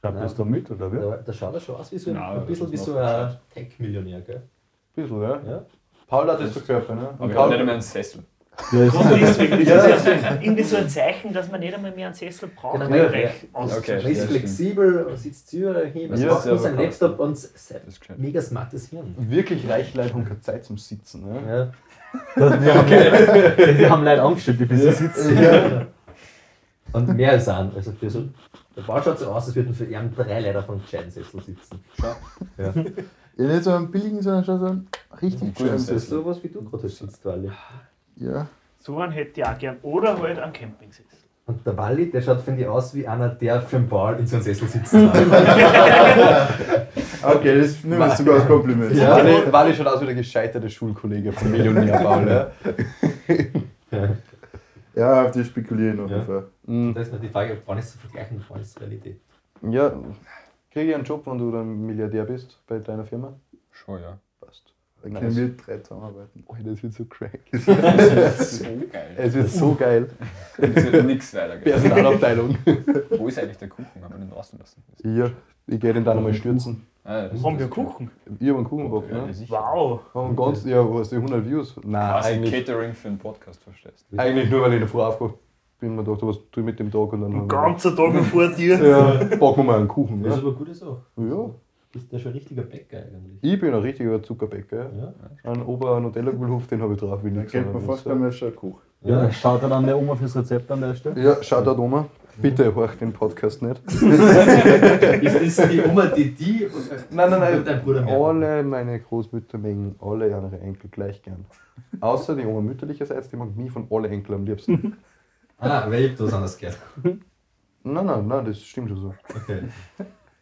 [SPEAKER 6] Schreibt das da mit, oder wer?
[SPEAKER 5] Da, da schaut er schon aus wie so ein,
[SPEAKER 2] Nein,
[SPEAKER 5] ein
[SPEAKER 2] Genau, das
[SPEAKER 5] bisschen
[SPEAKER 2] ist
[SPEAKER 5] wie
[SPEAKER 2] noch
[SPEAKER 5] so ein Tech-Millionär, gell?
[SPEAKER 1] Bisschen, ja.
[SPEAKER 5] Ja.
[SPEAKER 1] Paul hat es zu Körper, ne?
[SPEAKER 2] Aber
[SPEAKER 1] Und
[SPEAKER 2] ich habe nicht
[SPEAKER 1] Paul,
[SPEAKER 2] einmal einen Sessel.
[SPEAKER 6] Ja, ist
[SPEAKER 4] Das ist
[SPEAKER 5] Ja.
[SPEAKER 4] irgendwie so ein Zeichen, dass man nicht einmal mehr einen Sessel braucht.
[SPEAKER 5] Genau,
[SPEAKER 4] weil
[SPEAKER 5] ja.
[SPEAKER 4] recht
[SPEAKER 2] Okay.
[SPEAKER 5] Er
[SPEAKER 4] ausgeschnitten
[SPEAKER 2] Ja,
[SPEAKER 5] ist
[SPEAKER 2] stimmt.
[SPEAKER 5] flexibel, er sitzt Zürich hin, was
[SPEAKER 1] Ja,
[SPEAKER 5] macht nur
[SPEAKER 2] sehr
[SPEAKER 5] sein
[SPEAKER 2] gut.
[SPEAKER 5] Laptop und sein
[SPEAKER 2] Das ist gescheit.
[SPEAKER 5] mega smartes Hirn.
[SPEAKER 1] wirklich Reichleid und keine Zeit zum Sitzen, ne?
[SPEAKER 5] Ja.
[SPEAKER 6] Das, wir, haben, wir haben Leute angestellt, die bis sie sitzen.
[SPEAKER 5] Und mehr als ein. Also für so, der Bau schaut so aus, als würden für ihn drei Leute auf einem gescheiten Sessel sitzen.
[SPEAKER 7] Ja, nicht so einen billigen, sondern schon so einen richtig
[SPEAKER 2] guten
[SPEAKER 7] schönen.
[SPEAKER 5] Das ist sowas wie du gerade sitzt, Wally.
[SPEAKER 7] Ja.
[SPEAKER 4] So einen hätte ich auch gern. Oder halt einen Campingsessel.
[SPEAKER 5] Und der Wally, der schaut, finde ich, aus wie einer, der für den Ball in so einem Sessel sitzen hat.
[SPEAKER 7] Okay, das nehmen wir sogar als Kompliment.
[SPEAKER 5] Ja.
[SPEAKER 1] Wally, Wally schaut aus wie der gescheiterte Schulkollege vom Millionär Paul, ja?
[SPEAKER 7] Ja, auf die spekuliere ich noch
[SPEAKER 5] Ja.
[SPEAKER 7] jeden Fall.
[SPEAKER 1] Mm,
[SPEAKER 5] da ist noch die Frage, wann ist zu vergleichen und wann ist Realität.
[SPEAKER 1] Ja, kriege ich einen Job, wenn du dann Milliardär bist bei deiner Firma?
[SPEAKER 2] Schon, ja.
[SPEAKER 1] Passt.
[SPEAKER 7] Dann
[SPEAKER 1] Nice.
[SPEAKER 7] können wir drei zusammenarbeiten.
[SPEAKER 1] Oh, das wird so crack.
[SPEAKER 2] So geil.
[SPEAKER 1] Es wird so geil.
[SPEAKER 2] Es wird nichts weiter.
[SPEAKER 1] Personalabteilung.
[SPEAKER 2] Wo ist eigentlich der Kuchen? Haben wir den draußen lassen?
[SPEAKER 1] Ja, ich gehe den dann einmal stürzen.
[SPEAKER 2] Ah, das-
[SPEAKER 4] Haben wir
[SPEAKER 2] das-
[SPEAKER 4] Kuchen?
[SPEAKER 1] Ich habe einen Kuchen gebacken,
[SPEAKER 2] Ja,
[SPEAKER 1] ne?
[SPEAKER 2] sicher.
[SPEAKER 4] Wow.
[SPEAKER 1] Haben ganz, ja, was, die 100 Views?
[SPEAKER 7] Ah,
[SPEAKER 1] Nein,
[SPEAKER 2] Was ein
[SPEAKER 1] eigentlich,
[SPEAKER 2] Catering für einen Podcast, verstehst du?
[SPEAKER 1] eigentlich nur, weil ich davor aufgewacht bin. mir gedacht, was tue ich mit dem Tag? Und dann
[SPEAKER 4] Ein
[SPEAKER 1] haben
[SPEAKER 4] ganzer Tag vor dir.
[SPEAKER 1] wir, ja, backen wir mal einen Kuchen.
[SPEAKER 5] Das ist
[SPEAKER 1] Ne?
[SPEAKER 5] aber eine gute Sache.
[SPEAKER 1] Ja,
[SPEAKER 5] Du bist ja schon ein richtiger Bäcker eigentlich.
[SPEAKER 1] ich bin ein richtiger Zuckerbäcker.
[SPEAKER 5] Ja.
[SPEAKER 1] Ein ober nutella gulhof den habe ich drauf, wie
[SPEAKER 7] Dann
[SPEAKER 1] nichts
[SPEAKER 7] könnte man
[SPEAKER 1] anderes.
[SPEAKER 7] fast einmal schon einen Koch.
[SPEAKER 6] Ja, dann schaut er dann der Oma fürs Rezept an der Stelle.
[SPEAKER 1] Ja, schaut da Oma. Bitte horch den Podcast nicht.
[SPEAKER 5] Ist das die Oma, die die und
[SPEAKER 1] Nein, nein, nein.
[SPEAKER 5] und dein Bruder mehr?
[SPEAKER 1] Alle meine Großmütter mögen alle ihre Enkel gleich gern. Außer die Oma mütterlicherseits, die mag mich von alle Enkel am liebsten.
[SPEAKER 5] Ah, weil ich hab da was anderes gehört.
[SPEAKER 1] Nein, nein, nein, das stimmt schon so.
[SPEAKER 5] Okay.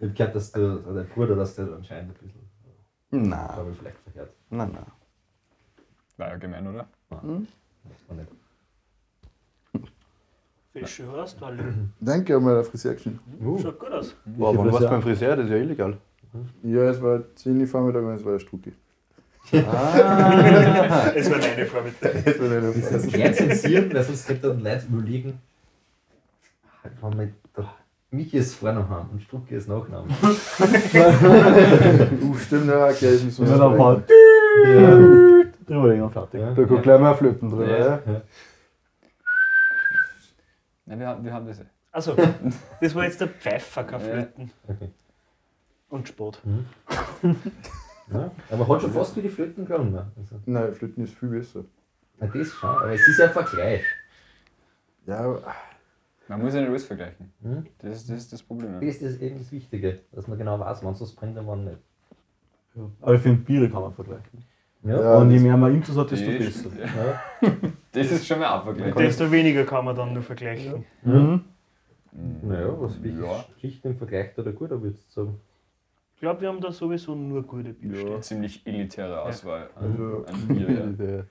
[SPEAKER 5] Ich hab gehört, dass du, dein Bruder, dass der anscheinend ein bisschen,
[SPEAKER 1] Nein,
[SPEAKER 6] Ah.
[SPEAKER 5] glaube ich, vielleicht verkehrt.
[SPEAKER 1] nein, nein.
[SPEAKER 2] War ja gemein, oder?
[SPEAKER 6] Hm?
[SPEAKER 5] Weiß man nicht.
[SPEAKER 4] Fische hörst du alle.
[SPEAKER 7] Danke einmal, der Friseur geschnitten.
[SPEAKER 4] Schaut gut aus.
[SPEAKER 1] Wow, wann warst du beim Friseur? Das ist ja illegal.
[SPEAKER 7] Ja, es war ziemlich Vormittag und es war der Strucki.
[SPEAKER 4] Es war meine Frau mit der.
[SPEAKER 7] Es war der
[SPEAKER 5] Das ist
[SPEAKER 7] Friseur.
[SPEAKER 5] sehr zensieren, weil sonst könnte dann Leute überlegen, wenn wir da Michi ist Vornamen und Strucki ist Nachnamen.
[SPEAKER 7] Uh, stimmt, ja, okay, das müssen
[SPEAKER 6] Und
[SPEAKER 7] wir
[SPEAKER 6] dann
[SPEAKER 7] noch
[SPEAKER 6] nochmal
[SPEAKER 7] mal.
[SPEAKER 6] drüberlegen und fertig.
[SPEAKER 5] Ja.
[SPEAKER 1] Da guckt gleich mal ein Flöten drüber.
[SPEAKER 5] Ja.
[SPEAKER 1] Ja.
[SPEAKER 2] Nein, wir haben, wir haben das. eh.
[SPEAKER 4] Also, das war jetzt der Pfeifer, kein Flöten. Und Sport.
[SPEAKER 5] Ja. Aber hat schon fast wie die Flöten gegangen. Also,
[SPEAKER 7] Nein, Flöten ist viel besser.
[SPEAKER 5] na, das schon, aber es ist ja ein Vergleich.
[SPEAKER 7] Ja, aber
[SPEAKER 2] Man muss ja nicht alles vergleichen.
[SPEAKER 5] Hm?
[SPEAKER 2] Das, ist- das ist das Problem. ja.
[SPEAKER 5] Das ist eben das Wichtige, dass man genau weiß, wann es was bringt und wann nicht.
[SPEAKER 6] Aber ich finde, Biere kann man vergleichen.
[SPEAKER 7] Ja,
[SPEAKER 6] und je mehr man Infos hat,
[SPEAKER 2] Das
[SPEAKER 6] desto
[SPEAKER 2] ist,
[SPEAKER 6] besser.
[SPEAKER 5] Ja.
[SPEAKER 2] das ist schon mal abvergleichen.
[SPEAKER 4] Desto weniger kann man dann nur vergleichen.
[SPEAKER 1] Mhm.
[SPEAKER 2] Hm.
[SPEAKER 5] Naja, was wie
[SPEAKER 2] Ja.
[SPEAKER 5] Schichten im Vergleich da der gut, aber jetzt sagen.
[SPEAKER 4] Ich glaube, wir haben da sowieso nur gute Bier
[SPEAKER 2] Eine
[SPEAKER 4] stehen.
[SPEAKER 2] ziemlich elitäre Auswahl
[SPEAKER 7] also,
[SPEAKER 2] an Bier.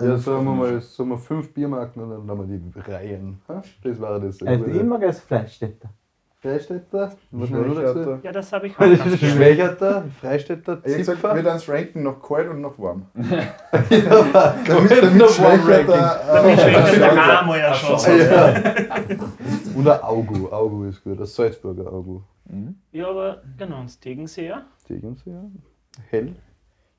[SPEAKER 2] Ja.
[SPEAKER 1] Ja, sagen wir mal, sagen wir fünf Biermarken und dann haben wir die Reihen. Ha? Das war das.
[SPEAKER 6] Also ich mag als Fleischstädter.
[SPEAKER 1] Freistädter, was noch dazu?
[SPEAKER 7] Schwächerter.
[SPEAKER 4] Ja, das habe ich auch. ganz gerne.
[SPEAKER 1] Schwägerter, Freistädter,
[SPEAKER 7] Ich sag,
[SPEAKER 1] Zipfer.
[SPEAKER 7] wird ans Franken noch kalt und noch warm.
[SPEAKER 1] Damit,
[SPEAKER 7] Damit Schwächerter.
[SPEAKER 4] Damit schmeckt der Rahmen ja schon.
[SPEAKER 1] Oder Augu. Augu ist gut. Das Salzburger Augu.
[SPEAKER 4] Ja, aber genau, ins Tegenseher.
[SPEAKER 1] Tegernsee, ja. Hell.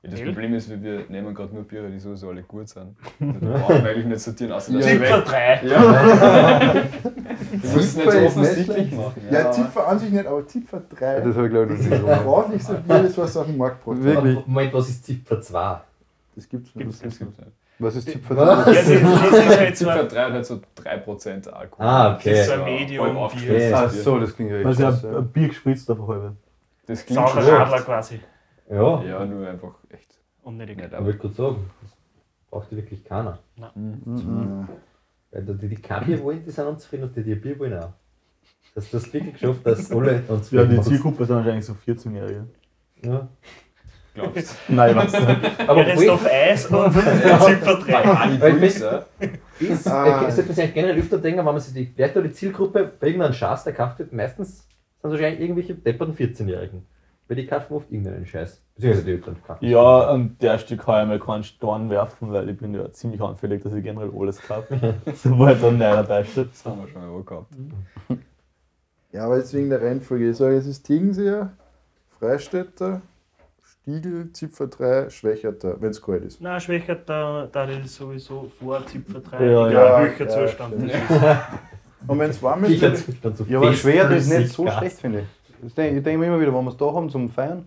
[SPEAKER 2] Ja, das
[SPEAKER 4] Hell?
[SPEAKER 2] Problem ist, wir- wir nehmen gerade nur Biere, die sowieso alle gut sind. Also, Da brauchen wir eigentlich nicht sortieren, außer dass wir
[SPEAKER 4] Zipfer
[SPEAKER 2] weg.
[SPEAKER 4] 3.
[SPEAKER 2] Wir
[SPEAKER 7] Zipfer
[SPEAKER 2] müssen jetzt
[SPEAKER 7] ist nicht
[SPEAKER 2] offensichtlich machen.
[SPEAKER 7] Ja, Zipfer an sich nicht, aber Zipfer 3.
[SPEAKER 1] Das habe ich glaube ich noch nie
[SPEAKER 7] Dieses
[SPEAKER 1] gemacht.
[SPEAKER 7] ordentlichste Bier ist, was es auf dem Markt braucht.
[SPEAKER 5] Aber Moment, was ist Ziffer 2?
[SPEAKER 7] Das gibt's
[SPEAKER 4] Gibt's
[SPEAKER 7] nicht.
[SPEAKER 2] Das gibt's nicht.
[SPEAKER 1] Was ist Zipfer?
[SPEAKER 4] Ja, das, das ist halt so
[SPEAKER 2] Zipfer
[SPEAKER 4] ein,
[SPEAKER 2] 3 hat halt so 3% Alkohol.
[SPEAKER 5] Ah,
[SPEAKER 4] das ist so
[SPEAKER 5] okay.
[SPEAKER 4] ein
[SPEAKER 2] Halb
[SPEAKER 4] Medium-Bier.
[SPEAKER 2] aufgeschätzt.
[SPEAKER 5] Ja.
[SPEAKER 1] Ah, so, das klingt ja echt
[SPEAKER 6] Also
[SPEAKER 1] krass,
[SPEAKER 6] ein,
[SPEAKER 1] ja.
[SPEAKER 6] ein Bier gespritzt auf eine halbe.
[SPEAKER 2] Das klingt
[SPEAKER 4] Saurer
[SPEAKER 2] schon.
[SPEAKER 4] Radler quasi.
[SPEAKER 5] Ja,
[SPEAKER 2] Ja, nur einfach echt.
[SPEAKER 4] Unnötig.
[SPEAKER 2] Nicht
[SPEAKER 5] aber ich kurz sagen, das braucht ja wirklich keiner.
[SPEAKER 7] Mhm.
[SPEAKER 5] Weil die, die kein Bier wollen, die sind unzufrieden und die, die ein Bier wollen auch. Das das wirklich geschafft, dass alle uns
[SPEAKER 6] Ja, die Zielgruppe sind wahrscheinlich so 14-Jährige.
[SPEAKER 5] Ja.
[SPEAKER 2] glaubst
[SPEAKER 6] Nein, was?
[SPEAKER 5] Aber
[SPEAKER 4] Ja,
[SPEAKER 5] ja,
[SPEAKER 4] das ist auf Eis und Zipfer 3.
[SPEAKER 2] du?
[SPEAKER 5] ist,
[SPEAKER 7] Ah.
[SPEAKER 5] äh, sollte man sich eigentlich generell öfter denken, wenn man sich die, vielleicht auch die Zielgruppe bei irgendeinem Schatz, der kauft wird meistens sind wahrscheinlich irgendwelche depperten 14-Jährigen. Weil die kaufen oft irgendeinen Scheiß. Beziehungsweise die Ötland kaufen.
[SPEAKER 6] Ja, an der Stelle kann ich mir keinen Stein werfen, weil ich bin ja ziemlich anfällig, dass ich generell alles kaufe. Sobald dann einer beisteht.
[SPEAKER 2] Das haben wir schon mal gehabt.
[SPEAKER 7] Ja, aber jetzt wegen der Reihenfolge. Ich sage, es ist Tegenseher, Freistädter, Stiegel, Zipfer 3, Schwächerter, wenn es kalt ist.
[SPEAKER 4] Nein, schwächer, da, da ist sowieso vor Zipfer 3,
[SPEAKER 6] Ja,
[SPEAKER 4] egal
[SPEAKER 7] ja,
[SPEAKER 4] welcher
[SPEAKER 7] ja,
[SPEAKER 4] Zustand
[SPEAKER 7] stimmt.
[SPEAKER 4] das ist.
[SPEAKER 7] Und wenn es warm ist,
[SPEAKER 5] Sicher
[SPEAKER 7] dann
[SPEAKER 5] Zustand so
[SPEAKER 1] Ja, aber
[SPEAKER 5] fest,
[SPEAKER 1] schwer das ist nicht
[SPEAKER 5] flüssig,
[SPEAKER 1] so
[SPEAKER 5] Gas.
[SPEAKER 1] schlecht, finde ich. Das denk, ich denke mir immer wieder, wenn wir es da haben zum Feiern,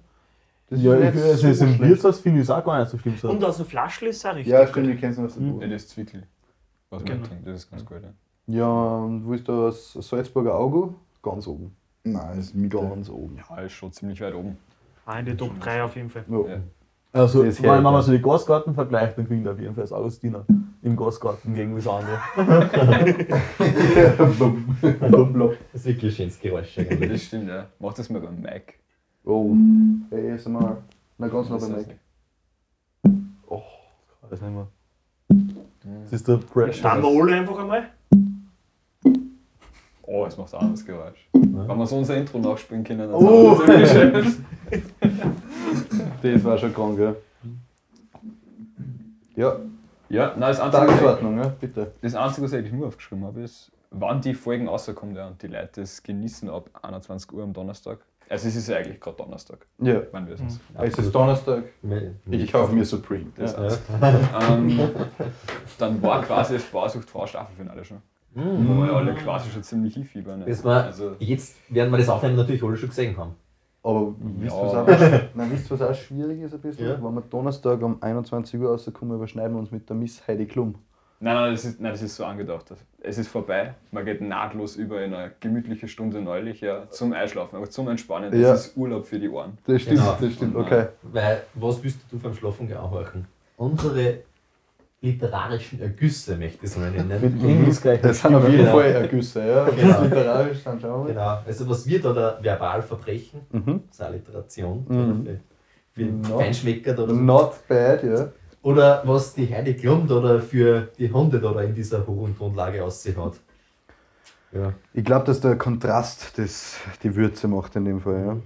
[SPEAKER 1] das
[SPEAKER 6] Ja, ich,
[SPEAKER 1] nicht
[SPEAKER 6] also
[SPEAKER 1] so
[SPEAKER 6] im
[SPEAKER 1] schlecht.
[SPEAKER 6] Wirtshaus finde ich es auch gar nicht so schlimm. So.
[SPEAKER 4] Und aus dem Flaschl ist es auch richtig.
[SPEAKER 7] Ja, stimmt, wir kennen es aus der
[SPEAKER 2] Ja,
[SPEAKER 7] Dose.
[SPEAKER 2] das ist Zwickel. Was
[SPEAKER 4] Genau.
[SPEAKER 2] man trinkt, das ist ganz gut. Ja.
[SPEAKER 1] Ja, und wo ist das Salzburger Auge? Ganz oben.
[SPEAKER 7] Nein, das ist Mitte.
[SPEAKER 1] Ganz oben.
[SPEAKER 2] ja, ist schon ziemlich weit oben.
[SPEAKER 4] Ah, in die Top 3 auf jeden Fall.
[SPEAKER 7] Ja.
[SPEAKER 2] Ja.
[SPEAKER 6] Also,
[SPEAKER 1] Das ist
[SPEAKER 6] wenn man
[SPEAKER 1] herrlich,
[SPEAKER 6] mal so die Gasgarten vergleicht, dann kriegen da auf jeden Fall das Augustiner im Gasgarten gegen das andere.
[SPEAKER 5] Das ist wirklich ein schönes Geräusch.
[SPEAKER 2] Das
[SPEAKER 5] eigentlich.
[SPEAKER 2] stimmt, ja. Mach das mal beim Mike.
[SPEAKER 7] Oh, ASMR. Na, ganz nah
[SPEAKER 2] Das
[SPEAKER 7] beim
[SPEAKER 2] ist-
[SPEAKER 7] Mike.
[SPEAKER 6] Ich weiß nicht mehr. Das ist der Brad.
[SPEAKER 4] Starten wir alle einfach einmal.
[SPEAKER 2] Oh, jetzt macht ein anderes Geräusch. Wenn wir so unser Intro nachspielen können, dann oh.
[SPEAKER 1] Das war schon krank, gell? Ja,
[SPEAKER 2] Ja, nein, das Einzige, was ich,
[SPEAKER 1] Tagesordnung, ja, bitte.
[SPEAKER 2] das Einzige, was ich eigentlich nur aufgeschrieben habe, ist, wann die Folgen rauskommen ja, und die Leute es genießen ab 21 Uhr am Donnerstag. Also es ist ja eigentlich gerade Donnerstag,
[SPEAKER 1] Ja,
[SPEAKER 2] wenn wir es wissen.
[SPEAKER 1] es ist Donnerstag. Ich kaufe mir Supreme.
[SPEAKER 2] Das
[SPEAKER 1] Ja.
[SPEAKER 2] war's. ähm, dann war quasi das Bausucht vor Staffelfinale schon. Wo wir alle quasi schon ziemlich hinfiebern. ne?
[SPEAKER 5] Das war-
[SPEAKER 2] also,
[SPEAKER 5] Jetzt werden wir das Aufnehmen natürlich alle schon gesehen haben.
[SPEAKER 1] Aber wisst ihr, was,
[SPEAKER 2] Ja.
[SPEAKER 1] auch- nein, wisst ihr, was auch schwierig ist ein bisschen?
[SPEAKER 5] Ja.
[SPEAKER 1] Wenn wir Donnerstag um 21 Uhr rauskommen, überschneiden wir uns mit der Miss Heidi Klum.
[SPEAKER 2] nein, nein, das ist, nein, das ist so angedacht. dass- Es ist vorbei. Man geht nahtlos über in eine gemütliche Stunde neulich ja, zum Einschlafen, aber zum Entspannen. Das
[SPEAKER 1] Ja.
[SPEAKER 2] ist Urlaub für die Ohren.
[SPEAKER 1] Das stimmt,
[SPEAKER 5] Genau.
[SPEAKER 1] das stimmt, okay.
[SPEAKER 5] Weil, was willst du vom Schlafen gehen anhören? Unsere literarischen Ergüsse, möchte ich es mal nennen.
[SPEAKER 6] Englisch gleich.
[SPEAKER 1] Das sind auf jeden
[SPEAKER 5] Genau.
[SPEAKER 1] Fall Ergüsse, ja. Wenn
[SPEAKER 5] Genau.
[SPEAKER 1] es literarisch dann schauen wir.
[SPEAKER 5] genau. Also, was wir da, da verbal verbrechen,
[SPEAKER 1] Mhm.
[SPEAKER 5] das ist eine Alliteration.
[SPEAKER 1] Mhm.
[SPEAKER 5] Mhm. Wie
[SPEAKER 1] Genau.
[SPEAKER 5] Feinschmecker oder so.
[SPEAKER 1] Not bad, ja.
[SPEAKER 5] Oder was die Heidi Klum da da für die Hunde da da in dieser hohen Tonlage aussehen hat. Ja.
[SPEAKER 1] Ich glaube, dass der Kontrast das, die Würze macht in dem Fall, ja.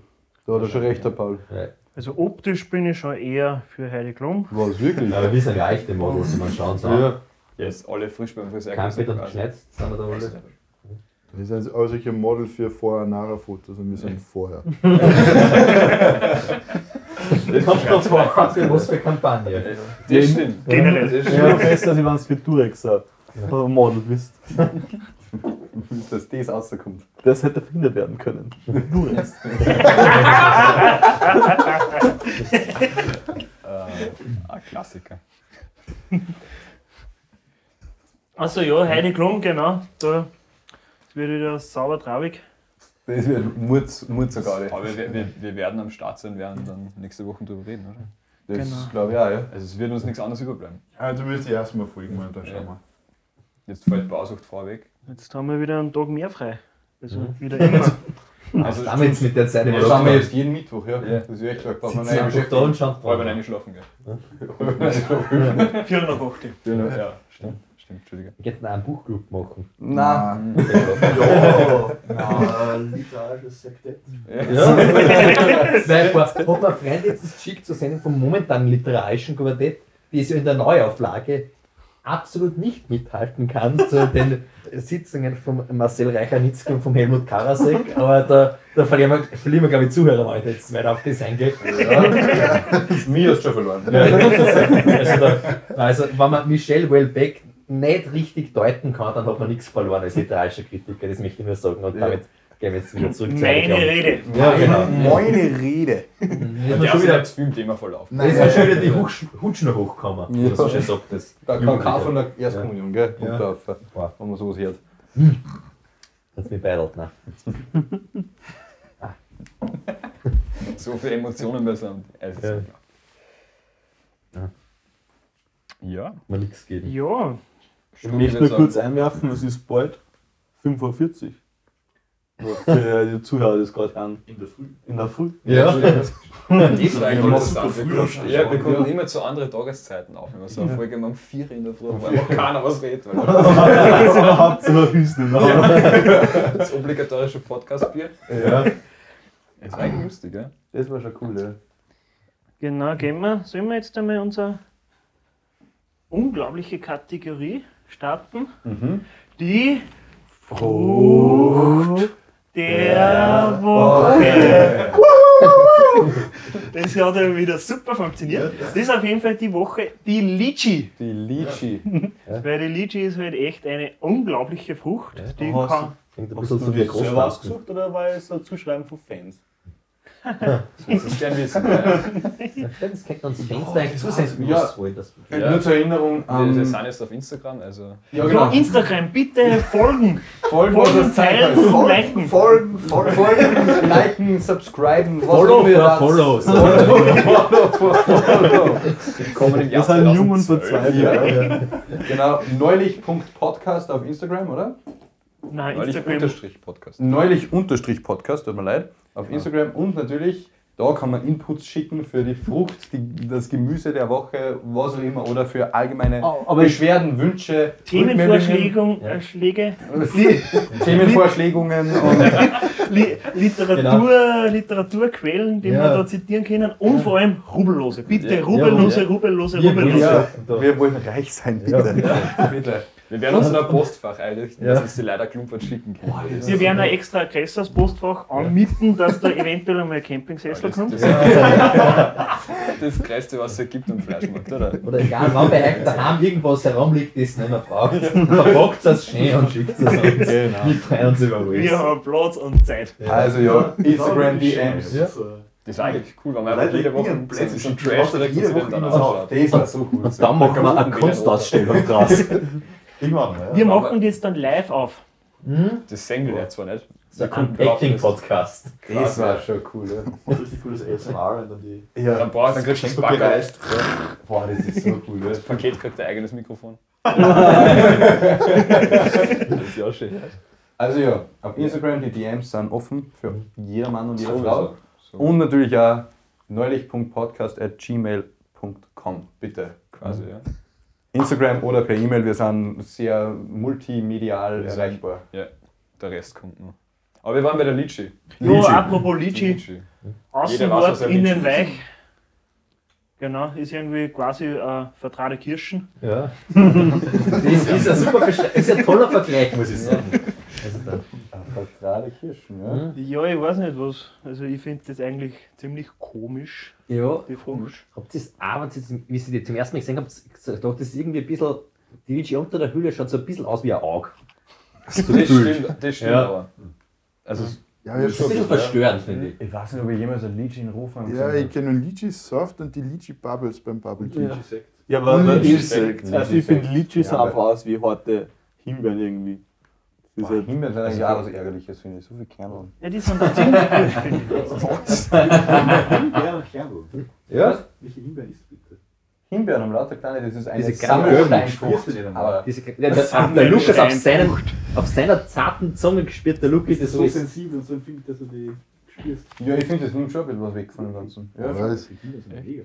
[SPEAKER 1] Da hat er schon recht, der Paul.
[SPEAKER 4] Also optisch bin ich schon eher für Heidi Klum.
[SPEAKER 1] Was, wirklich?
[SPEAKER 5] Aber wir sind ja echte Models, wenn man schauen soll. Ja.
[SPEAKER 2] Jetzt alle frisch beim Friseur.
[SPEAKER 5] Kampfbild und
[SPEAKER 2] quasi.
[SPEAKER 5] geschneit, sind wir da alle.
[SPEAKER 7] Das sind also solche Model für Vorher- und Nachher-Fotos und wir sind vorher.
[SPEAKER 5] Das kommt doch vor, für was für Kampagne.
[SPEAKER 2] Das stimmt.
[SPEAKER 4] Generell.
[SPEAKER 2] Das
[SPEAKER 6] Ja,
[SPEAKER 2] stimmt.
[SPEAKER 6] besser, als wenn es für Durex äh, ein Model bist.
[SPEAKER 1] Dass das rauskommt.
[SPEAKER 6] Das hätte verhindert werden können. Durex.
[SPEAKER 2] Äh, ein Klassiker.
[SPEAKER 4] Also ja, Heidi Klum, genau. Da wird wieder sauber traurig.
[SPEAKER 1] Das wird Murz, Murzogarde.
[SPEAKER 2] Aber wir, wir, wir werden am Start sein, werden dann nächste Woche drüber reden, oder?
[SPEAKER 1] Das
[SPEAKER 4] Genau.
[SPEAKER 1] glaube ich auch, ja.
[SPEAKER 2] Also es wird uns nichts anderes überbleiben.
[SPEAKER 7] Ah, du willst die erste Mal folgen, Mann, da schauen wir.
[SPEAKER 2] Jetzt fällt Bausucht vorweg.
[SPEAKER 4] Jetzt haben wir wieder einen Tag mehr frei. Also wieder immer.
[SPEAKER 2] Also
[SPEAKER 5] Damit mit der Zeit im
[SPEAKER 1] Das haben wir
[SPEAKER 5] Lockdown.
[SPEAKER 1] jetzt jeden Mittwoch, ja. Das ist echt gesagt, braucht man
[SPEAKER 5] Sitzen einfach da und schauen
[SPEAKER 2] Vor allem
[SPEAKER 5] drauf.
[SPEAKER 2] eingeschlafen, gell?
[SPEAKER 4] 4 nach 8.
[SPEAKER 2] Ja, stimmt. Stimmt, Entschuldige.
[SPEAKER 5] Wir könnten auch einen Buchclub machen.
[SPEAKER 1] Nein.
[SPEAKER 5] Ja. Nein, boah, hat mir ein Freund jetzt geschickt zur Sendung vom momentanen literarischen Quartett, die es ja in der Neuauflage absolut nicht mithalten kann zu den Sitzungen von Marcel Reichernitzky und von Helmut Karasek, aber da, da verlieren wir, verlieren wir glaube ich, Zuhörer, wenn ich da jetzt weiter auf das eingehe.
[SPEAKER 1] Mir hast du schon verloren.
[SPEAKER 5] Also, da, also, wenn man Michelle Welbeck nicht richtig deuten kann, dann hat man nichts verloren als literarischer Kritiker, das möchte ich nur sagen und damit gehen wir jetzt wieder zurück zu
[SPEAKER 4] Meine Rede.
[SPEAKER 5] Ja, genau.
[SPEAKER 1] Meine Rede.
[SPEAKER 5] Jetzt
[SPEAKER 2] Der
[SPEAKER 5] schon
[SPEAKER 2] ist
[SPEAKER 5] wieder
[SPEAKER 2] jetzt Filmthema verlaufen.
[SPEAKER 5] Nein, ist ja schon wieder die Hutsch- Hutschner hochkommen.
[SPEAKER 1] Ja.
[SPEAKER 5] Ja. Das schon sagt das.
[SPEAKER 1] Da kann keiner von der
[SPEAKER 5] Erstkommunion.
[SPEAKER 1] Erstkommunion, gell? Punkt
[SPEAKER 5] Ja.
[SPEAKER 1] auf, äh,
[SPEAKER 5] Boah.
[SPEAKER 1] wenn man sowas hört.
[SPEAKER 5] Hat's mich beidelt, ne?
[SPEAKER 2] So viele Emotionen beisammen. Es ist
[SPEAKER 5] Ja.
[SPEAKER 2] ja. ja.
[SPEAKER 5] Mal nichts geben.
[SPEAKER 4] Ja,
[SPEAKER 6] Ich möchte nur kurz einwerfen, es ist bald 5.40 Uhr. Für die Zuhörer das gerade an.
[SPEAKER 8] In der Früh.
[SPEAKER 6] In der Früh.
[SPEAKER 7] Ja.
[SPEAKER 8] Das ist
[SPEAKER 1] Ja,
[SPEAKER 8] eigentlich
[SPEAKER 1] man
[SPEAKER 8] das
[SPEAKER 1] muss
[SPEAKER 8] super früh aufstehen.
[SPEAKER 2] Ja, wir konnten immer zu anderen Tageszeiten aufnehmen. So eine Folge immer um 4 in der Früh, weil noch keiner was redet. Weil
[SPEAKER 6] Das ist überhaupt so ein Hüsten.
[SPEAKER 2] das obligatorische Podcast-Bier.
[SPEAKER 6] Ja.
[SPEAKER 2] Ist eigentlich lustig, ja?
[SPEAKER 6] Das war schon cool, ja.
[SPEAKER 4] Genau, gehen wir. Sollen wir jetzt einmal unsere unglaubliche Kategorie starten? Die Frucht der Woche. Das hat ja wieder super funktioniert. Das ist auf jeden Fall die Woche, die Litchi.
[SPEAKER 1] Die Lychee.
[SPEAKER 4] Weil die Litchi ist halt echt eine unglaubliche Frucht. Die
[SPEAKER 6] Aha,
[SPEAKER 4] kann,
[SPEAKER 5] Klingt ein
[SPEAKER 6] Hast
[SPEAKER 5] bisschen
[SPEAKER 6] du
[SPEAKER 5] so wie
[SPEAKER 6] dir
[SPEAKER 5] ein
[SPEAKER 6] selber
[SPEAKER 5] Großmasken.
[SPEAKER 6] ausgesucht oder war es ein Zuschreiben von Fans?
[SPEAKER 2] Das ist gern wissen.
[SPEAKER 6] Ähm,
[SPEAKER 2] Ja.
[SPEAKER 5] Das kennt man sich Fenster eigentlich zusenden,
[SPEAKER 1] Ja.
[SPEAKER 5] was wohl das
[SPEAKER 2] Ja.
[SPEAKER 1] Nur zur Erinnerung,
[SPEAKER 2] Wir wir
[SPEAKER 1] ähm,
[SPEAKER 2] sind jetzt auf Instagram, also.
[SPEAKER 1] ja,
[SPEAKER 4] Ja,
[SPEAKER 1] genau.
[SPEAKER 4] Instagram, bitte folgen.
[SPEAKER 1] Folgen, Zeichen.
[SPEAKER 4] Folgen, teilen und liken.
[SPEAKER 1] Folgen, folgen, folgen, liken, subscriben, was
[SPEAKER 5] Follow
[SPEAKER 1] wir
[SPEAKER 5] for follows.
[SPEAKER 1] Follow for follow.
[SPEAKER 2] Wir kommen im Jahr
[SPEAKER 6] Wir sind jung und
[SPEAKER 2] 2012.
[SPEAKER 6] verzweifelt.
[SPEAKER 1] Ja, ja. Genau, neulich.podcast auf Instagram, oder?
[SPEAKER 4] Nein,
[SPEAKER 2] Neulich
[SPEAKER 4] Instagram.
[SPEAKER 2] Unterstrich Podcast.
[SPEAKER 1] Neulich unterstrich Podcast, tut mir leid, auf Instagram und natürlich, da kann man Inputs schicken für die Frucht, die, das Gemüse der Woche, was auch immer, oder für allgemeine Beschwerden, Wünsche, Rückmeldungen,
[SPEAKER 4] Themenvorschläge, äh, Schläge,
[SPEAKER 1] Themenvorschlägungen und
[SPEAKER 4] Li Literatur,
[SPEAKER 1] Genau.
[SPEAKER 4] Literaturquellen, die wir da zitieren können und vor allem Rubellose. Bitte Rubellose, Rubellose, Rubellose.
[SPEAKER 1] ja, wir wollen reich sein, bitte. bitte.
[SPEAKER 2] Wir werden uns in ein Postfach einrichten, dass uns die leider klumpert schicken können. das,
[SPEAKER 4] Wir werden ein extra Adresse als Postfach anmieten, dass da eventuell einmal ein Campingsessel
[SPEAKER 2] das,
[SPEAKER 4] kommt.
[SPEAKER 2] das Größte, was es hier gibt am Fleischmarkt, oder?
[SPEAKER 5] Oder egal, wann bei euch daheim irgendwas herumliegt, das ihr nicht mehr braucht, verpackt es schnell und schickt es uns. Wir freuen uns über alles.
[SPEAKER 4] Wir haben Platz und Zeit.
[SPEAKER 1] Also ja, Instagram DMs.
[SPEAKER 6] Ja.
[SPEAKER 2] Das ist eigentlich cool, wenn man
[SPEAKER 8] Leute,
[SPEAKER 2] einfach jede Woche
[SPEAKER 8] irgendein
[SPEAKER 2] so
[SPEAKER 8] Blödsinn
[SPEAKER 2] so einen
[SPEAKER 8] schaut
[SPEAKER 2] Trash
[SPEAKER 8] auf
[SPEAKER 2] direkt
[SPEAKER 8] jede
[SPEAKER 2] ins
[SPEAKER 8] Woche
[SPEAKER 2] Wochenende
[SPEAKER 8] irgendwas
[SPEAKER 2] anschaut.
[SPEAKER 1] Das war so cool.
[SPEAKER 5] Dann machen wir eine Kunstausstellung draus.
[SPEAKER 8] Irgendwann, ja.
[SPEAKER 4] Wir machen die jetzt dann live auf.
[SPEAKER 2] Das sehen wir ja zwar nicht.
[SPEAKER 5] So ein Packing-Podcast.
[SPEAKER 1] Das war schon cool, ja.
[SPEAKER 8] Das ist richtig cooles ASMR, wenn dann die
[SPEAKER 2] Dann brauchst du dann kriegst du einen
[SPEAKER 8] Papier
[SPEAKER 2] Backer.
[SPEAKER 8] reißt.
[SPEAKER 1] Boah, das ist so cool, ja.
[SPEAKER 2] Das Paket kriegt ein eigenes Mikrofon. das ist ja auch schön.
[SPEAKER 1] Also ja, auf Instagram, die DMs sind offen für jeder Mann und jede Frau.
[SPEAKER 2] Sowieso. So.
[SPEAKER 1] Und natürlich auch neulich.podcast.gmail.com. Bitte.
[SPEAKER 2] Quasi, ja.
[SPEAKER 1] Instagram oder per E-Mail, wir sind sehr multimedial
[SPEAKER 2] Wir sind-
[SPEAKER 1] erreichbar.
[SPEAKER 2] Der Rest kommt noch. Aber wir waren bei der Litschi.
[SPEAKER 4] Jo, apropos Litchi,
[SPEAKER 2] Jeder weiß, was
[SPEAKER 4] Außenwort,
[SPEAKER 2] er Litchi
[SPEAKER 4] innen
[SPEAKER 2] ist.
[SPEAKER 4] weich. Genau, ist irgendwie quasi äh, vertragte Kirschen.
[SPEAKER 5] Ja. Das ist ein super Beschreibung. ist ein toller Vergleich, muss ich sagen. Also dann.
[SPEAKER 1] Gerade Kirschen, ja.
[SPEAKER 4] Ja, ich weiß nicht was. Also ich finde das eigentlich ziemlich komisch,
[SPEAKER 5] Ja,
[SPEAKER 4] die Frucht.
[SPEAKER 5] habt ihr das auch, wenn ihr das- wie ihr die zum ersten Mal gesehen habt, gesagt, doch, das ist irgendwie ein bisschen, die Litchi unter der Hülle schaut so ein bisschen aus wie ein Auge.
[SPEAKER 2] Das stimmt, das stimmt
[SPEAKER 5] Ja.
[SPEAKER 2] aber. Also, es-
[SPEAKER 7] Ja, ich
[SPEAKER 5] Das ist ein
[SPEAKER 7] hab
[SPEAKER 5] bisschen
[SPEAKER 7] schon.
[SPEAKER 5] verstörend, finde ich.
[SPEAKER 1] Ich weiß nicht, ob ich jemals ein Lychee in Ruf habe.
[SPEAKER 7] Ja, ich kenne Lychee Soft und die Lychee Bubbles beim Bubble Tea.
[SPEAKER 6] Ja, aber aber-
[SPEAKER 7] Insekt.
[SPEAKER 6] also ich finde Litchi sah
[SPEAKER 1] Ja, aber-
[SPEAKER 6] einfach aus wie harte Himbeeren irgendwie. Das ist halt
[SPEAKER 1] Himbeeren sind eigentlich auch was Ärgerliches, finde ich. So viel Kernel.
[SPEAKER 4] Ja, die sind ziemlich gut, finde ich.
[SPEAKER 8] Himbeeren und Kernel.
[SPEAKER 5] Ja?
[SPEAKER 8] Welche Himbeeren ist bitte?
[SPEAKER 1] Himbeeren am lauter Kleine, das ist eine
[SPEAKER 5] Diese kleine
[SPEAKER 1] Sammelsteinfrucht.
[SPEAKER 8] Birnen eben.
[SPEAKER 1] Aber
[SPEAKER 5] Diese, der, der, der Lukas auf, seinen, auf seiner zarten Zunge gespürt, der Lukas
[SPEAKER 8] Ist
[SPEAKER 5] ist
[SPEAKER 8] das so
[SPEAKER 5] so.
[SPEAKER 8] sensibel und so empfindlich, dass du die spürst?
[SPEAKER 1] ja, ich finde, das nimmt schon ein bisschen was weg von dem Ganzen. Ja, schon.
[SPEAKER 7] Was?
[SPEAKER 8] Himbeeren sind mega.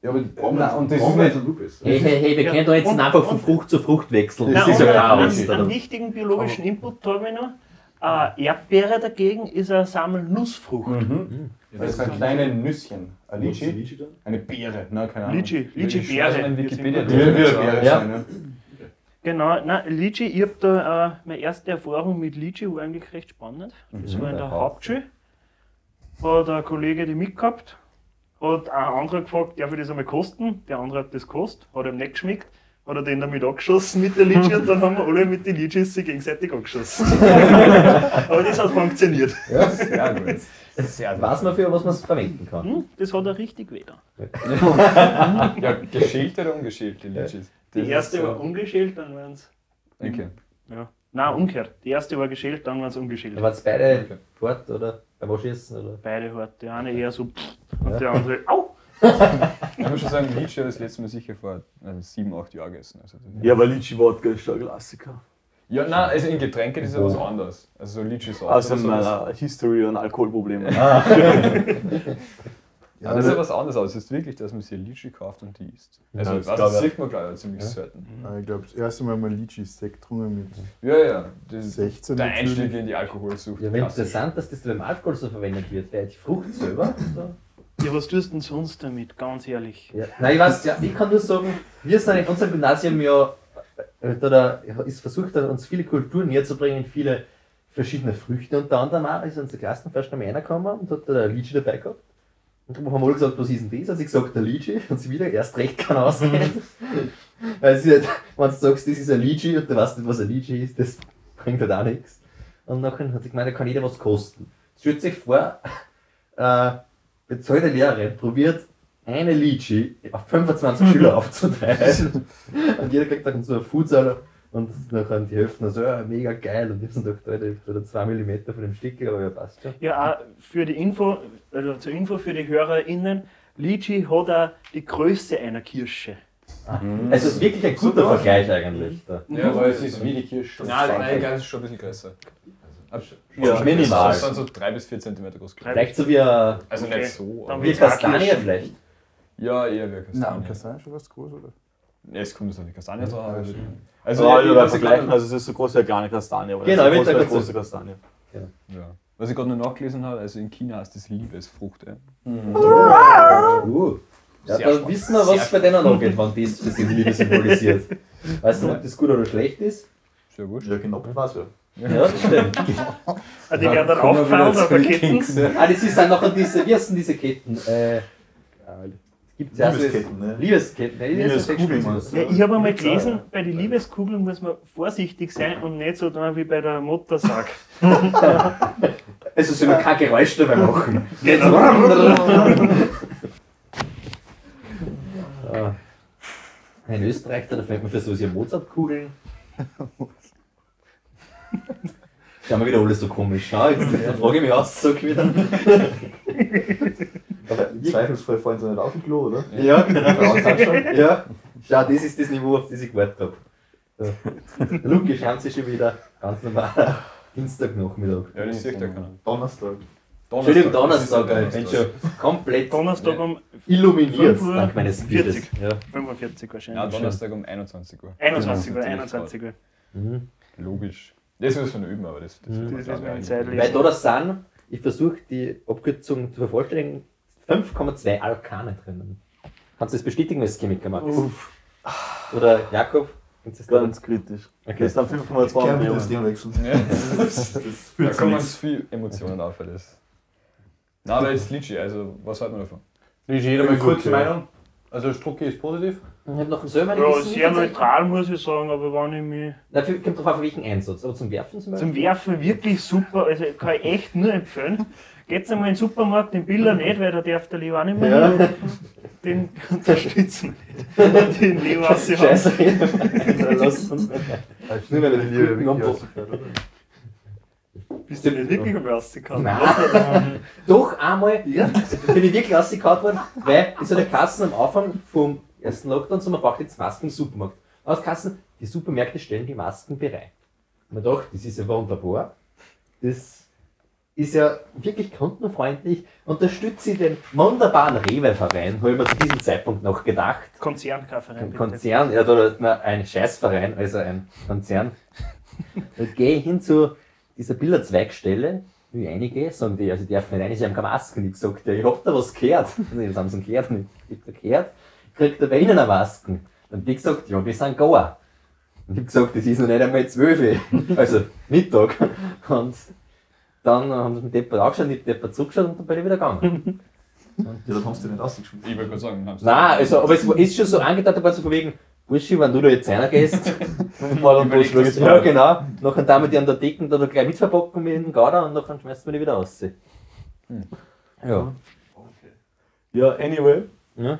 [SPEAKER 1] ja aber nein, und das ist
[SPEAKER 8] Pommes
[SPEAKER 1] nicht.
[SPEAKER 8] und Lupus.
[SPEAKER 5] Hey, hey, hey, wir
[SPEAKER 4] Ja.
[SPEAKER 5] können doch jetzt
[SPEAKER 4] Und-
[SPEAKER 5] nicht einfach von
[SPEAKER 4] und-
[SPEAKER 5] Frucht zu Frucht wechseln.
[SPEAKER 4] Na,
[SPEAKER 5] Das ist
[SPEAKER 4] und
[SPEAKER 5] ja
[SPEAKER 4] einen,
[SPEAKER 5] Chaos.
[SPEAKER 4] einen
[SPEAKER 5] oder?
[SPEAKER 4] wichtigen biologischen Input habe ich noch. Äh, Erdbeere dagegen ist eine Sammelnussfrucht.
[SPEAKER 1] Mhm. Das sind kleine Nüsschen. Ein Lychee.
[SPEAKER 8] dann?
[SPEAKER 1] Eine Beere, ne? Keine Ahnung.
[SPEAKER 4] Litchi,
[SPEAKER 2] schreib's mal in
[SPEAKER 4] Litchi-Beere.
[SPEAKER 2] Wikipedia.
[SPEAKER 1] Ja, wird eine Beere
[SPEAKER 5] Ja.
[SPEAKER 1] sein, ne?
[SPEAKER 4] Genau, nein, Litchi, ich habe da äh, meine erste Erfahrung mit Litchi war eigentlich recht spannend.
[SPEAKER 2] Mhm.
[SPEAKER 4] Das war in der Hauptschule. Hat ein Kollege die mitgehabt, hat ein anderer gefragt, darf ich das einmal kosten? Der andere hat das gekostet, hat ihm nicht geschmeckt, hat er den damit angeschossen mit der Litchi und dann haben wir alle mit den Litchis sich gegenseitig angeschossen. Aber das hat funktioniert.
[SPEAKER 2] sehr gut. Sehr gut.
[SPEAKER 5] Weiß man für was man es verwenden kann.
[SPEAKER 4] Hm, das hat er richtig weh. da.
[SPEAKER 2] Ja, geschält oder ungeschält, die Litschis?
[SPEAKER 4] Die erste war ungeschält, dann waren es.
[SPEAKER 2] Okay.
[SPEAKER 4] Ja. Nein, umgekehrt. Die erste war geschält, dann waren es ungeschält.
[SPEAKER 5] Da waren es beide fort oder beim Anschießen oder.
[SPEAKER 4] Beide hart. Der eine eher so pff, und der andere au.
[SPEAKER 2] Ich muss schon sagen, äh, Litchi habe ich das letzte Mal sicher vor also sieben, acht Jahren gegessen. Also,
[SPEAKER 6] ja, aber Litchi-Wodka ist schon ein Klassiker.
[SPEAKER 2] Ja, nein, also in Getränken ist ja was anderes. Also so Litchi Sauce.
[SPEAKER 6] Aus
[SPEAKER 2] oder sowas.
[SPEAKER 6] meiner History und Alkoholproblemen.
[SPEAKER 2] Nein, das ist ja was anderes, aber es ist wirklich, dass man sich Litchi kauft und die isst. Also das,
[SPEAKER 6] das
[SPEAKER 2] das,
[SPEAKER 6] glaub ich.
[SPEAKER 2] sieht man glaube ich ziemlich
[SPEAKER 1] Mhm.
[SPEAKER 2] selten.
[SPEAKER 7] Ah, Ich glaube, das erste Mal haben wir Litchi-Sekt getrunken mit
[SPEAKER 2] Ja, ja. Das ist
[SPEAKER 7] 16
[SPEAKER 2] der Einstieg
[SPEAKER 7] natürlich.
[SPEAKER 2] in die Alkoholsucht.
[SPEAKER 5] Ja, wenn
[SPEAKER 2] Klassisch.
[SPEAKER 5] interessant, dass das beim Alkohol so verwendet wird, wäre die Frucht selber. So.
[SPEAKER 4] Ja, was tust du denn sonst damit, ganz ehrlich?
[SPEAKER 5] Ja. Nein, ich weiß, ja, ich kann nur sagen, wir sind in unserem Gymnasium ja, äh, da, da ist versucht, uns viele Kulturen näher zu bringen, viele verschiedene Früchte. Unter anderem auch ist unser Klassenfest am einer gekommen und hat da der Litschi dabei gehabt. Und wir haben alle gesagt, was ist denn das? Hat sie gesagt, der Litschi. Und sie wieder erst recht kann ausgehen. Weil sie halt, wenn du sagst, das ist ein Litschi und du weißt nicht, was ein Litschi ist, das bringt halt auch nichts. Und nachher hat sie gemeint, da kann jeder was kosten. Stellt sich vor, äh, bezahlte Lehrerin probiert eine Litschi auf 25 Schüler aufzuteilen. und jeder kriegt dann so eine Fußsaler und nachher die Hälfte noch so, ja, mega geil. Und halt ich hab gedacht, Alter, ich hab da 2 mm von dem Stick, aber ja, passt schon.
[SPEAKER 4] Ja, auch für die Info, oder zur Info für die HörerInnen, Litchi hat auch die Größe einer Kirsche.
[SPEAKER 5] Also es ist wirklich ein guter Vergleich eigentlich. Da.
[SPEAKER 2] Ja, aber es ist
[SPEAKER 1] wie die Kirsche.
[SPEAKER 2] Nein, nein, nein, es ist schon ein bisschen größer. Also,
[SPEAKER 5] Ja, minimal.
[SPEAKER 2] Das sind so 3 bis 4 cm groß.
[SPEAKER 4] Drei-
[SPEAKER 5] Vielleicht so wie ein
[SPEAKER 2] Also
[SPEAKER 4] Okay.
[SPEAKER 2] nicht so.
[SPEAKER 4] Dann
[SPEAKER 2] Aber
[SPEAKER 5] wie
[SPEAKER 4] wird's
[SPEAKER 5] ein Kastanie
[SPEAKER 4] Kirschen.
[SPEAKER 5] vielleicht.
[SPEAKER 2] ja, eher wie
[SPEAKER 7] Nein,
[SPEAKER 2] Kastanie.
[SPEAKER 7] Kastanie schon was groß, oder?
[SPEAKER 2] Es kommt jetzt an die Kastanie drauf.
[SPEAKER 7] Ja,
[SPEAKER 2] aber-
[SPEAKER 7] stimmt.
[SPEAKER 2] Also,
[SPEAKER 6] Also,
[SPEAKER 2] ich-
[SPEAKER 6] also,
[SPEAKER 2] was ich
[SPEAKER 6] vergleichen,
[SPEAKER 2] gerade-
[SPEAKER 6] also es ist so groß wie eine kleine Kastanie, aber
[SPEAKER 5] Genau,
[SPEAKER 6] das
[SPEAKER 5] ich
[SPEAKER 6] ist so groß wie eine
[SPEAKER 5] würd
[SPEAKER 6] große Kastanie.
[SPEAKER 2] ja. Was ich gerade noch nachgelesen habe, also in China heißt das Liebesfrucht. Ja.
[SPEAKER 5] Uh. Ja,
[SPEAKER 2] Sehr
[SPEAKER 5] dann
[SPEAKER 2] spannend.
[SPEAKER 5] wissen wir, was bei denen noch geht, wann das für sie die Liebe symbolisiert. Weißt du, ob das gut oder schlecht ist?
[SPEAKER 2] Ist ja wurscht.
[SPEAKER 6] Ja, genau, das war's ja.
[SPEAKER 5] Ja, das stimmt.
[SPEAKER 4] Ah, die werden dann
[SPEAKER 1] Kommen wir wieder
[SPEAKER 4] aufgefallen
[SPEAKER 1] zu
[SPEAKER 4] auf
[SPEAKER 1] den
[SPEAKER 4] Ketten.
[SPEAKER 1] Kings, ja.
[SPEAKER 5] Ah, das ist dann nachher diese, wie heißen diese Ketten? Äh, gibt's ja
[SPEAKER 6] Liebesketten, ne?
[SPEAKER 5] Liebesketten, ne?
[SPEAKER 6] Liebeskugeln,
[SPEAKER 5] Liebeskugeln.
[SPEAKER 4] Ja, ich habe einmal gelesen, bei den Liebeskugeln muss man vorsichtig sein und nicht so tun wie bei der Mutter sagt.
[SPEAKER 5] Also soll man kein Geräusch dabei machen.
[SPEAKER 6] Genau.
[SPEAKER 5] Ah. In Österreich, da fällt man für sowas ja Mozartkugeln. Schauen wir wieder alles so komisch. Schau, jetzt da frage ich mich aus, sag ich wieder.
[SPEAKER 6] Aber im Zweifelsfall fallen sie nicht auf den Klo, oder?
[SPEAKER 5] Ja, ja. Schau, das ist das Niveau, auf das ich gewartet habe. So. Luki schaut sich schon wieder ganz normal. Dienstagnachmittag.
[SPEAKER 2] Ja, das sieht ja keiner.
[SPEAKER 6] Donnerstag.
[SPEAKER 5] Entschuldigung,
[SPEAKER 2] das ist
[SPEAKER 5] Donnerstag,
[SPEAKER 2] der
[SPEAKER 5] Alter. Mensch, schon komplett
[SPEAKER 4] Donnerstag um
[SPEAKER 5] illuminiert,
[SPEAKER 4] Fünf Uhr
[SPEAKER 5] dank meines Bieres.
[SPEAKER 4] 40.
[SPEAKER 5] Ja.
[SPEAKER 4] 45 wahrscheinlich.
[SPEAKER 2] Ja, Donnerstag um 21 Uhr.
[SPEAKER 4] 21 Uhr,
[SPEAKER 2] Ja,
[SPEAKER 4] 21 Uhr.
[SPEAKER 2] Logisch. Das müssen wir üben, aber das, das,
[SPEAKER 5] Mhm.
[SPEAKER 2] wird
[SPEAKER 4] Das
[SPEAKER 2] man,
[SPEAKER 4] ist mir
[SPEAKER 2] glaub
[SPEAKER 4] in
[SPEAKER 2] ich,
[SPEAKER 4] Zeit
[SPEAKER 2] eigentlich-
[SPEAKER 5] Weil da das sind, ich versuche die Abkürzung zu vervollständigen, 5,2 Alkane drinnen. Kannst du das bestätigen als Chemiker, Max?
[SPEAKER 6] Uff,
[SPEAKER 5] Oder Jakob? Kannst du das
[SPEAKER 6] ganz kritisch.
[SPEAKER 5] Okay.
[SPEAKER 6] Das sind 5,2 Millionen.
[SPEAKER 8] Ding wechseln.
[SPEAKER 2] Ja.
[SPEAKER 6] Das
[SPEAKER 2] Da
[SPEAKER 6] fühlt sich
[SPEAKER 2] kommen
[SPEAKER 6] nichts.
[SPEAKER 2] uns viel Emotionen auf, weil das. Na, aber jetzt Litchi, also was halten wir davon?
[SPEAKER 1] Ist jeder mal kurze
[SPEAKER 6] Gut, ja.
[SPEAKER 1] Meinung? Also Strucki ist positiv.
[SPEAKER 5] Ich habe noch selber eine
[SPEAKER 4] Ja,
[SPEAKER 5] gewisse
[SPEAKER 4] sehr
[SPEAKER 5] Lieferzeit.
[SPEAKER 4] neutral muss ich sagen, aber wenn ich mich
[SPEAKER 5] Dafür kommt drauf an, für welchen Einsatz. Aber zum Werfen zum Beispiel.
[SPEAKER 4] zum Werfen wirklich super, also kann ich echt nur empfehlen. Geht's einmal in den Supermarkt, den Biller nicht, weil da darf der Leo auch nicht mehr hin. Den unterstützen wir nicht. Den Leo aus dem
[SPEAKER 5] Scheiße. Lass uns.
[SPEAKER 7] Nur weil er die Liebe
[SPEAKER 5] Kugeln am
[SPEAKER 7] wirklich
[SPEAKER 5] Boden.
[SPEAKER 7] ausgefährt, oder?
[SPEAKER 4] Bist du nicht wirklich am rausgekommen?
[SPEAKER 5] Nein. Doch einmal bin ich wirklich rausgekaut worden, weil es hat ja Kassen am Anfang vom ersten Lockdown, so man braucht jetzt Masken im Supermarkt. Aus Kassen, die Supermärkte stellen die Masken bereit. Und man dachte, das ist ja wunderbar. Das ist ja wirklich kundenfreundlich. Unterstütze ich den wunderbaren Rewe-Verein, habe ich mir zu diesem Zeitpunkt noch gedacht.
[SPEAKER 4] Konzernkafferin
[SPEAKER 5] Ein
[SPEAKER 4] bitte.
[SPEAKER 5] Konzern, ja, oder na, ein Scheißverein, also ein Konzern. Und gehe ich hin zu dieser Bilderzweigstelle, wie einige, sagen die, also die dürfen nicht rein, sie haben keine Masken. Ich gesagt, ja, ich hab da was gehört. Nee, das haben sie gehört, nicht. ich hab da gehört, kriegt er bei ihnen eine Masken. Dann die gesagt, ja, wir sind Goa. Und ich hab gesagt, das ist noch nicht einmal zwölf, also Mittag. Und dann haben sie mit Deppert angeschaut, ich hab Deppert zugeschaut und dann bin ich wieder gegangen.
[SPEAKER 6] Ja, dann hast du nicht ausgeschmissen.
[SPEAKER 2] Ich wollte gerade sagen, wir haben's-
[SPEAKER 5] Nein, also, aber es war- ist schon so angedeutet worden, so von wegen, Burschi, wenn du da jetzt reingehst, mal und
[SPEAKER 2] Überleg
[SPEAKER 5] Burschi,
[SPEAKER 2] das
[SPEAKER 5] ja, genau, nachher damit die an der Decken da noch gleich mitverpacken mit dem Gouda und nachher schmeißt man die wieder raus. Ja.
[SPEAKER 6] Ja, anyway.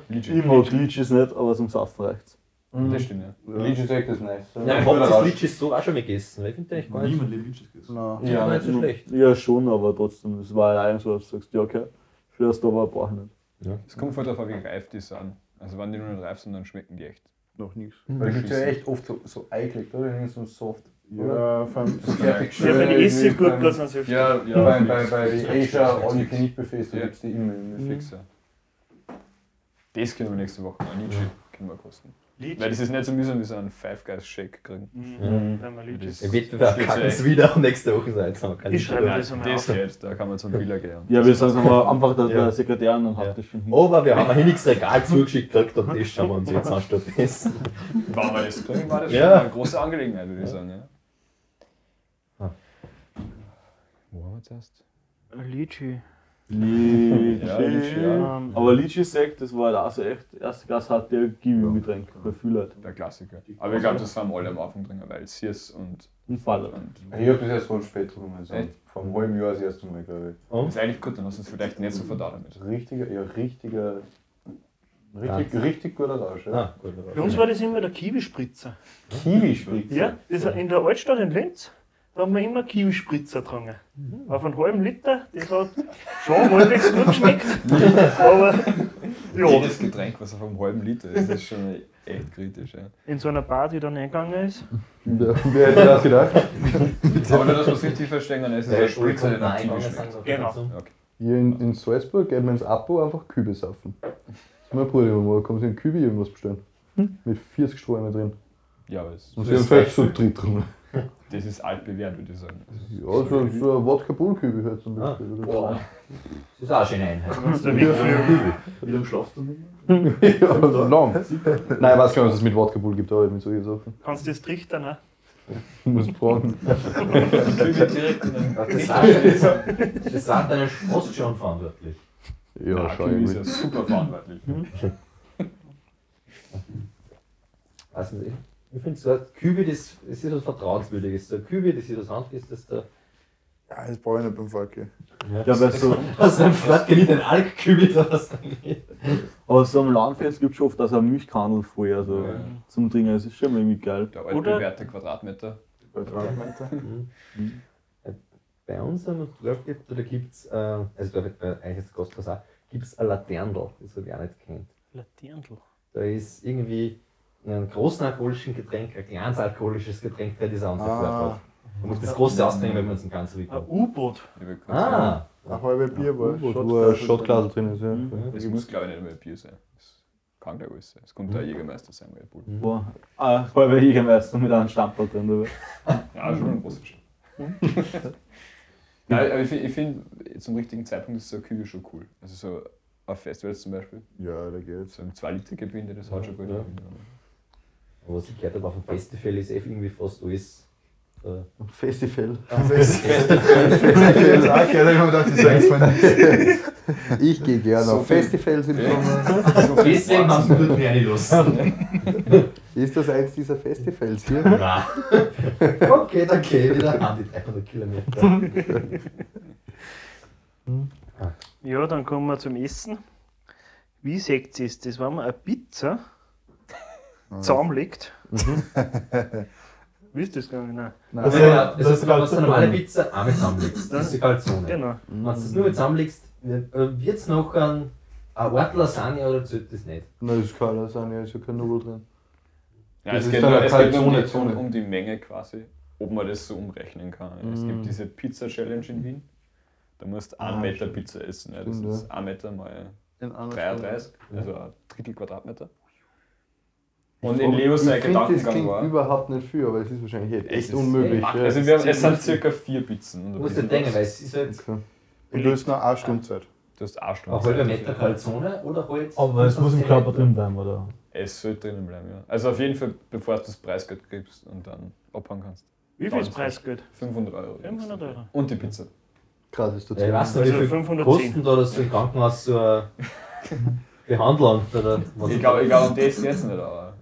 [SPEAKER 2] Litchi.
[SPEAKER 6] Ich mag Leeches nicht, aber zum Saufen reicht's.
[SPEAKER 2] Das stimmt, ja.
[SPEAKER 1] Legion sagt das nice.
[SPEAKER 5] Ja, ich hab das Litschis so auch schon mal gegessen, weil ich finde den echt gar nicht,
[SPEAKER 8] liebt Leeches gegessen.
[SPEAKER 7] Nein.
[SPEAKER 5] ja, nicht so schlecht.
[SPEAKER 6] Ja, schon, aber trotzdem, es war ja eigentlich so, dass du sagst, ja, okay, für das da war, brauche ich nicht.
[SPEAKER 2] Es kommt voll darauf an, wie reif die sind. Also, wenn die nur nicht reif sind, dann schmecken die echt.
[SPEAKER 7] Noch nichts.
[SPEAKER 1] Weil da gibt ja echt oft so, so Eigelegt, oder? Irgend so ein Soft.
[SPEAKER 7] Ja, vom
[SPEAKER 4] Ja,
[SPEAKER 1] Ja,
[SPEAKER 4] meine
[SPEAKER 1] ich
[SPEAKER 4] Essiggurken
[SPEAKER 1] nehm-
[SPEAKER 4] sind selbst.
[SPEAKER 1] Ja, ja, bei, bei,
[SPEAKER 2] Netflix.
[SPEAKER 1] bei E die
[SPEAKER 2] Netflix,
[SPEAKER 1] Asia
[SPEAKER 2] Netflix.
[SPEAKER 1] All You Can Eat Buffets, da gibt es die immer in Netflix.
[SPEAKER 2] Fix, ja. Das können wir nächste Woche mal. Nietzsche können wir kosten.
[SPEAKER 4] Lied.
[SPEAKER 2] Weil das ist nicht so mühsam wie so ein Five Guys Shake kriegen.
[SPEAKER 4] Mhm, Wenn man Lied ist.
[SPEAKER 5] Im Wettbewerb
[SPEAKER 2] Steht's
[SPEAKER 5] kacken
[SPEAKER 2] ja
[SPEAKER 5] es wieder und nächste Woche seid ihr noch
[SPEAKER 4] Ich schreibe alles einmal
[SPEAKER 2] Das
[SPEAKER 4] auf.
[SPEAKER 2] geht, da kann man zum Wieler gehen.
[SPEAKER 6] Ja, wir sagen es aber einfach der,
[SPEAKER 5] Ja.
[SPEAKER 6] der Sekretärin und habt das schon hin.
[SPEAKER 5] Aber wir haben ein nichts Regal zugeschickt gekriegt und das schauen wir uns jetzt an stattdessen.
[SPEAKER 2] War wir das kriegen, war das schon
[SPEAKER 5] Ja.
[SPEAKER 2] eine große Angelegenheit, würde ich sagen. Ja.
[SPEAKER 5] Ah.
[SPEAKER 2] Wo haben wir zuerst?
[SPEAKER 4] Lidschi.
[SPEAKER 6] Litchi.
[SPEAKER 2] Ja, Litchi, ja.
[SPEAKER 4] Ähm,
[SPEAKER 6] Aber Litchi-Sekt, das war da also echt, erste Glas hat der Gibi-Getränk, bei Fühlert.
[SPEAKER 2] Der Klassiker. Aber ich glaube, das haben alle am Anfang drin, weil Sears und.
[SPEAKER 6] Ein Faller.
[SPEAKER 2] und
[SPEAKER 1] Ich habe das erst voll spät getrunken. Also
[SPEAKER 2] Echt?
[SPEAKER 1] vom halben Jahr das erste Mal, glaube
[SPEAKER 2] ist eigentlich gut, dann hast du es vielleicht nicht so verdaut damit.
[SPEAKER 1] ich. Richtiger, ja, richtiger. Richtig, richtig guter Rausch. Ja.
[SPEAKER 5] Ah, gut,
[SPEAKER 4] Bei uns war das immer der Kiwispritzer.
[SPEAKER 1] Kiwi-Spritzer.
[SPEAKER 4] Ja, das war in der Altstadt in Linz. Da haben wir immer Kiwispritzer getrunken. Auf einen halben Liter, das hat schon halbwegs gut geschmeckt. Aber ja,
[SPEAKER 2] Jedes Getränk, was auf einem halben Liter ist, ist schon echt kritisch. Ja.
[SPEAKER 4] in so einer Bar, die dann eingegangen ist.
[SPEAKER 1] Wer hätte das gedacht?
[SPEAKER 2] Aber nur, dass wir es richtig verstehen, dann ist es ein Spritzer, der nach Kiwi schmeckt.
[SPEAKER 4] Genau.
[SPEAKER 1] Hier in, in Salzburg geht man ins Abo einfach Kübel saufen. Das ist mein Bruder immer, da kommen sie in Kübel irgendwas bestellen. Mit 40 Strohhalme drin.
[SPEAKER 2] Ja, aber es,
[SPEAKER 1] Und sie haben vielleicht so dritt drin.
[SPEAKER 2] das ist alt bewährt, würde ich sagen.
[SPEAKER 1] Ja, so, so ein wodka bull kübel halt zum
[SPEAKER 5] Ah,
[SPEAKER 1] Beispiel.
[SPEAKER 5] boah. Das ist auch eine schöne Einheit.
[SPEAKER 4] Wenn du da wegfliegen.
[SPEAKER 8] Wie lange schlaft du nicht?
[SPEAKER 1] ja, lang. Nein, ich weiß gar nicht, was es mit wodka bull gibt, aber ich bin so gesoffen.
[SPEAKER 4] Kannst du das trichtern, ne?
[SPEAKER 1] Ich muss fragen.
[SPEAKER 5] Das ist auch schön. Das sind deine Sprossen schon verantwortlich.
[SPEAKER 1] Ja, schau
[SPEAKER 2] Kiwi
[SPEAKER 1] irgendwie.
[SPEAKER 2] ist ja super verantwortlich.
[SPEAKER 5] Weiß nicht. Ich finde so ein Kübel, das, das ist was Vertrauenswürdiges. So ein Kübel, das ist was anderes, das da.
[SPEAKER 7] Ja, das brauche ich nicht beim VK.
[SPEAKER 6] Ja, weil so,
[SPEAKER 5] Aus einem Flirt gelingt ein Alkkübel draus.
[SPEAKER 6] aber so am Landfest gibt es schon oft, dass er Milchkandel vorher also
[SPEAKER 2] Ja.
[SPEAKER 6] zum Trinken, das ist schon irgendwie geil.
[SPEAKER 2] Der
[SPEAKER 4] Oder-
[SPEAKER 2] altbewährte Quadratmeter.
[SPEAKER 6] Mhm.
[SPEAKER 7] Mhm.
[SPEAKER 5] Äh, Bei uns am Dorf gibt oder gibt's, äh, also da, äh, eigentlich ist Gasthaus auch, gibt's ein Laterndl, das habe ich auch nicht kennt.
[SPEAKER 4] Laterndl.
[SPEAKER 5] Da ist irgendwie in einem großen alkoholischen Getränk, ein kleines alkoholisches Getränk, der dieser andere
[SPEAKER 7] Ah.
[SPEAKER 5] Flirt hat. Man muss das große austrinken, wenn man es im Ganzen
[SPEAKER 4] Ein
[SPEAKER 5] bekommt.
[SPEAKER 4] U-Boot.
[SPEAKER 2] Liebe Kurz,
[SPEAKER 5] Ah!
[SPEAKER 7] Eine halbe Bier war.
[SPEAKER 1] Wo ein Schottglas drin ist, ja.
[SPEAKER 6] Mhm.
[SPEAKER 2] Das muss, glaube ich, nicht mehr Bier sein. Das kann gleich alles sein. Es könnte der Jägermeister sein, weil Bull.
[SPEAKER 6] Boah. Ah, vor allem Jägermeister mit einem Stammball drin. dabei.
[SPEAKER 2] Ja, schon ein großer Schritt. Nein, aber ich finde, find, zum richtigen Zeitpunkt ist so ein Kügel schon cool. Also so auf Festivals zum Beispiel,
[SPEAKER 7] Ja, da geht's.
[SPEAKER 2] so im 2-Liter-Gebinde, das hat schon gut.
[SPEAKER 5] Ja. Aber was ich gehört habe, auf dem Festival ist eh irgendwie fast alles. Äh,
[SPEAKER 1] Festival.
[SPEAKER 7] Ich habe mir gedacht, ich sage jetzt mal nicht.
[SPEAKER 1] Ich gehe gerne
[SPEAKER 2] So
[SPEAKER 1] auf
[SPEAKER 2] viel-
[SPEAKER 1] Festivals im
[SPEAKER 2] Ja.
[SPEAKER 1] Sommer.
[SPEAKER 5] Deswegen haben sie nur mehr Lust.
[SPEAKER 1] Ist das eins dieser Festivals hier?
[SPEAKER 5] Nein. okay, dann geh ich wieder an die 300 Kilometer. Also,
[SPEAKER 4] Ja, dann kommen wir zum Essen. Wie seht ihr es? Das wenn man eine Pizza zusammenlegt. Wie ist das gegangen? Nein.
[SPEAKER 5] Also, das ist sogar was eine normale Pizza auch mit zusammenlegst.
[SPEAKER 4] Das-
[SPEAKER 5] Das ist die Calzone.
[SPEAKER 4] Genau.
[SPEAKER 5] Wenn du das nur mit zusammenlegst, wird es noch ein, ein Ort Lasagne oder zählt das nicht?
[SPEAKER 1] Nein, das ist keine Lasagne, ist ja kein Nudel drin.
[SPEAKER 2] Ja,
[SPEAKER 1] Das
[SPEAKER 2] es
[SPEAKER 1] ist
[SPEAKER 2] geht
[SPEAKER 1] dann
[SPEAKER 2] nur,
[SPEAKER 1] eine
[SPEAKER 2] es geht nur um,
[SPEAKER 1] Kaltzone,
[SPEAKER 2] die,
[SPEAKER 1] Zone.
[SPEAKER 2] um, um die Menge quasi, ob man das so umrechnen kann. Es
[SPEAKER 1] Mhm.
[SPEAKER 2] gibt diese Pizza-Challenge in Wien. Da musst du einen Meter Pizza essen. Ja. Das
[SPEAKER 1] Ah, Stimmt,
[SPEAKER 2] ist ein Meter mal
[SPEAKER 1] In einer
[SPEAKER 2] 33, also ein Drittel Quadratmeter. Und in Leo sein
[SPEAKER 1] Das
[SPEAKER 2] Gedankengang
[SPEAKER 1] klingt
[SPEAKER 2] war.
[SPEAKER 1] überhaupt nicht viel, aber es ist wahrscheinlich echt,
[SPEAKER 5] Es
[SPEAKER 1] echt
[SPEAKER 5] ist
[SPEAKER 1] unmöglich.
[SPEAKER 5] echt-
[SPEAKER 1] ja.
[SPEAKER 2] Also wir haben, es sind circa vier Pizzen. Und
[SPEAKER 5] Du
[SPEAKER 2] ein
[SPEAKER 5] musst dir
[SPEAKER 2] bisschen
[SPEAKER 5] denken,
[SPEAKER 2] was.
[SPEAKER 5] weil es ist halt
[SPEAKER 1] Okay.
[SPEAKER 7] Und du hast noch eine Stunde Zeit.
[SPEAKER 2] Du hast eine
[SPEAKER 5] ein
[SPEAKER 2] Stunde.
[SPEAKER 5] halber Meter Calzone oder halt.
[SPEAKER 6] Aber es muss im Körper drin bleiben, oder?
[SPEAKER 2] Es soll drinnen bleiben, ja. Also auf jeden Fall, bevor du das Preisgeld gibst und dann abhauen kannst.
[SPEAKER 4] Wie viel ist Preisgeld?
[SPEAKER 2] 500 Euro.
[SPEAKER 4] 500 Euro.
[SPEAKER 2] Und die Pizza.
[SPEAKER 1] Krass ist
[SPEAKER 5] Ja, Ich
[SPEAKER 1] dazu.
[SPEAKER 5] weiß nicht,
[SPEAKER 4] Also
[SPEAKER 5] wie viel
[SPEAKER 4] 510.
[SPEAKER 5] kosten da das so im Krankenhaus so eine Behandlung? Oder was
[SPEAKER 2] Ich glaube, ich glaub, das ist jetzt nicht, aber.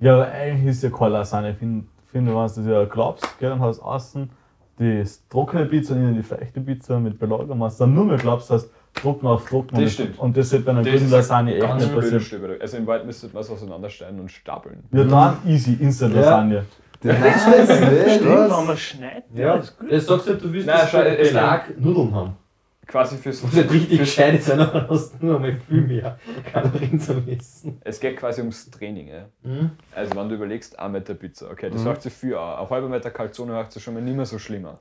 [SPEAKER 6] Ja, aber eigentlich ist ja keine Lasagne. Ich finde, find, wenn du das ja glaubst, gell, dann hast du außen die trockene Pizza und innen die feuchte Pizza mit Belag. Und wenn du dann nur mehr glaubst, hast du trocken auf trocken.
[SPEAKER 2] Das
[SPEAKER 6] und,
[SPEAKER 2] stimmt.
[SPEAKER 6] Und das wird bei einer
[SPEAKER 2] Das
[SPEAKER 6] guten
[SPEAKER 2] ist ein
[SPEAKER 6] Lasagne echt
[SPEAKER 2] Ganz
[SPEAKER 6] nicht
[SPEAKER 2] blöde
[SPEAKER 6] passieren.
[SPEAKER 2] Stück. Also im Wald müsstet man es auseinanderschneiden und stapeln.
[SPEAKER 6] Ja, dann easy, instant
[SPEAKER 5] Ja.
[SPEAKER 6] Lasagne.
[SPEAKER 4] Stimmt, wenn man schneidet, ja.
[SPEAKER 5] Ja,
[SPEAKER 4] ist gut.
[SPEAKER 5] das sagst du, du willst
[SPEAKER 2] Nein,
[SPEAKER 5] das
[SPEAKER 2] schau, es-
[SPEAKER 5] Belag Nudeln haben.
[SPEAKER 2] quasi fürs.
[SPEAKER 5] Das ist richtig
[SPEAKER 2] fürs-
[SPEAKER 5] gescheit, ist einer hast nur mal viel mehr Kalorien zum Essen.
[SPEAKER 2] Es geht quasi ums Training. Ja.
[SPEAKER 5] Mhm.
[SPEAKER 2] Also, wenn du überlegst, ein Meter Pizza, okay, das hört sich viel an. Ein halber Meter Calzone hört sich schon mal nicht mehr so schlimm an.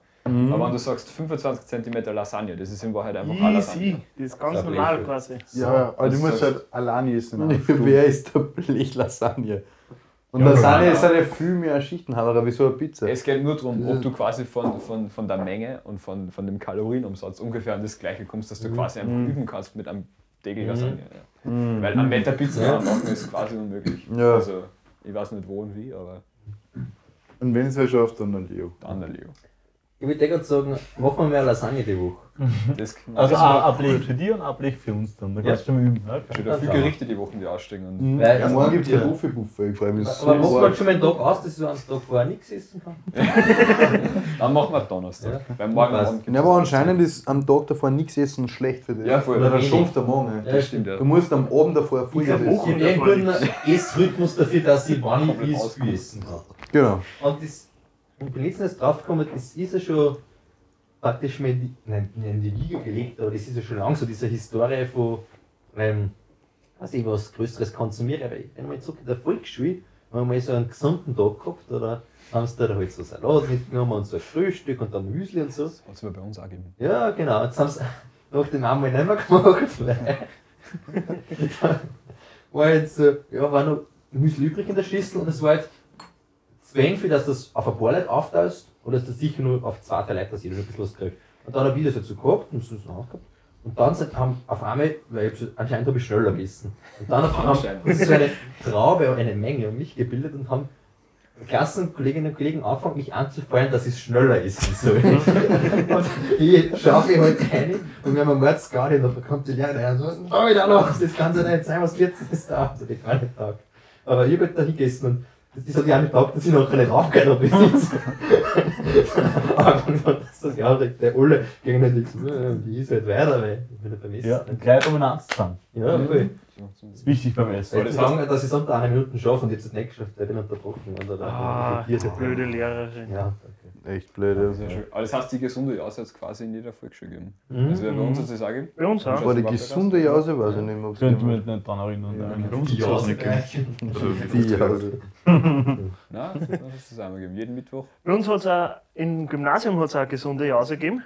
[SPEAKER 2] Aber wenn du sagst 25 cm Lasagne, das ist in Wahrheit einfach eine
[SPEAKER 4] Easy.
[SPEAKER 2] Lasagne.
[SPEAKER 4] Das ist ganz
[SPEAKER 5] Das ist
[SPEAKER 4] normal
[SPEAKER 5] richtig.
[SPEAKER 4] quasi.
[SPEAKER 1] Ja, aber du
[SPEAKER 2] das
[SPEAKER 1] musst
[SPEAKER 2] ist-
[SPEAKER 1] halt alleine essen. in einer Stunde.
[SPEAKER 3] Wer ist der Blech Lasagne?
[SPEAKER 1] Und Lasagne ist eine viel mehr Schichtenhaberer wie so eine Pizza.
[SPEAKER 2] Es geht nur darum, ob du quasi von, von, von der Menge und von, von dem Kalorienumsatz ungefähr an das gleiche kommst, dass du quasi einfach üben kannst mit einem Degel Lasagne. Ja. Weil ein Meter Pizza am machen ist quasi unmöglich.
[SPEAKER 1] Ja.
[SPEAKER 2] Also, ich weiß nicht wo und wie, aber
[SPEAKER 7] Und wenn es wer schafft, dann der Leo.
[SPEAKER 2] dann der Leo.
[SPEAKER 5] Ich würde dir gerade sagen, machen wir mehr Lasagne die Woche.
[SPEAKER 2] Das kann
[SPEAKER 6] Also
[SPEAKER 1] ah,
[SPEAKER 2] das war
[SPEAKER 6] ein Blech für dich und ein Blech für uns dann. Da kannst du schon mal üben. ne?
[SPEAKER 2] schon wieder viel Gerichte die Woche, die aussteigen. Und
[SPEAKER 5] Weil-
[SPEAKER 1] Mhm. Ja, morgen gibt es ja Buffet, ich freue mich so.
[SPEAKER 5] Aber machen wir
[SPEAKER 1] arg.
[SPEAKER 5] halt schon mal einen Tag aus, dass du am Tag vorher nichts essen kannst.
[SPEAKER 2] Dann machen wir Donnerstag. Weil morgen
[SPEAKER 5] Passt.
[SPEAKER 2] Abend gibt's-
[SPEAKER 1] Ja, aber anscheinend ist am Tag davor nichts essen schlecht für dich.
[SPEAKER 2] Ja, voll.
[SPEAKER 1] Weil dann
[SPEAKER 5] Wenig.
[SPEAKER 1] schrumpft der Magen.
[SPEAKER 5] Ja,
[SPEAKER 2] Das stimmt ja.
[SPEAKER 1] Du musst am Abend davor viel
[SPEAKER 4] Ja,
[SPEAKER 1] essen.
[SPEAKER 4] Wochen.
[SPEAKER 5] In einem guten Essrhythmus dafür, dass ich wann ich is, viel essen kann.
[SPEAKER 1] Genau.
[SPEAKER 5] Und das, ich bin letztens draufgekommen, das ist ja schon praktisch mal in die, nein, nicht in die Liga gelegt, aber das ist ja schon lang so, diese Historie von, ähm, weiß ich was Größeres konsumiere, aber ich- einmal zurück in der Volksschule, haben wir mal so einen gesunden Tag gehabt, oder haben sie da halt so Salat mitgenommen und so ein Frühstück und dann Müsli und so.
[SPEAKER 2] Das hat es aber bei uns auch gegeben.
[SPEAKER 5] Ja, genau. Jetzt haben sie nach dem einmal nicht mehr gemacht, weil. war jetzt, äh, ja, war noch Müsli übrig in der Schüssel und es war jetzt zwäng für, dass das auf ein paar Leute aufteilst oder dass das sicher nur auf zwei, drei Leute, dass jeder noch ein bisschen was kriegt. Und dann habe ich das jetzt so gehabt und so ist es gehabt. Und dann sind, haben auf einmal, weil ich hab so, anscheinend habe ich schneller gegessen. Und dann auf einmal
[SPEAKER 2] Anscheinend.
[SPEAKER 5] haben so eine Traube, eine Menge um mich gebildet und haben Klassenkolleginnen und Kollegen anfangen, mich anzufallen, dass ich schneller essen soll. und ich schaffe ich halt rein und wenn man Mörds gar nicht, dann kommt die Lehrerin her und so, was ist denn da wieder los? Das kann so nicht sein, was wird denn das da? Also, ich kann nicht tag. Aber ich hab halt da hingegessen und das ist halt ja nicht taugt, dass ich nachher nicht aufgehört habe, bis jetzt. Aber dann hat das das ja direkt der Olle gegen den Dix, die ist halt weiter, weil ich bin nicht beim Essen.
[SPEAKER 6] Ja, gleich um Dominanz dann.
[SPEAKER 5] ja voll.
[SPEAKER 6] Das ist wichtig beim Essen.
[SPEAKER 5] Weil das sagen, dass ich es unter einer Minute schaffe und jetzt nicht geschafft, weil ich bin unterbrochen. also Und oder
[SPEAKER 4] Ah, diese blöde Lehrerin.
[SPEAKER 5] Ja,
[SPEAKER 1] Echt blöd, ja.
[SPEAKER 2] Sehr schön. Aber das heißt, die gesunde Jaus hat es quasi in jeder Volksschule gegeben.
[SPEAKER 5] Mhm.
[SPEAKER 2] Also bei uns hat es auch gegeben.
[SPEAKER 4] Bei uns auch.
[SPEAKER 1] War die gesunde Jause, weiß ich nicht mehr, ob es
[SPEAKER 6] Könnte mich nicht daran erinnern.
[SPEAKER 5] danke. Ja, danke.
[SPEAKER 1] die Jause.
[SPEAKER 2] Nein, das hat es auch mal gegeben. Jeden Mittwoch.
[SPEAKER 4] Bei uns hat es auch, im Gymnasium hat es auch gesunde Jause gegeben.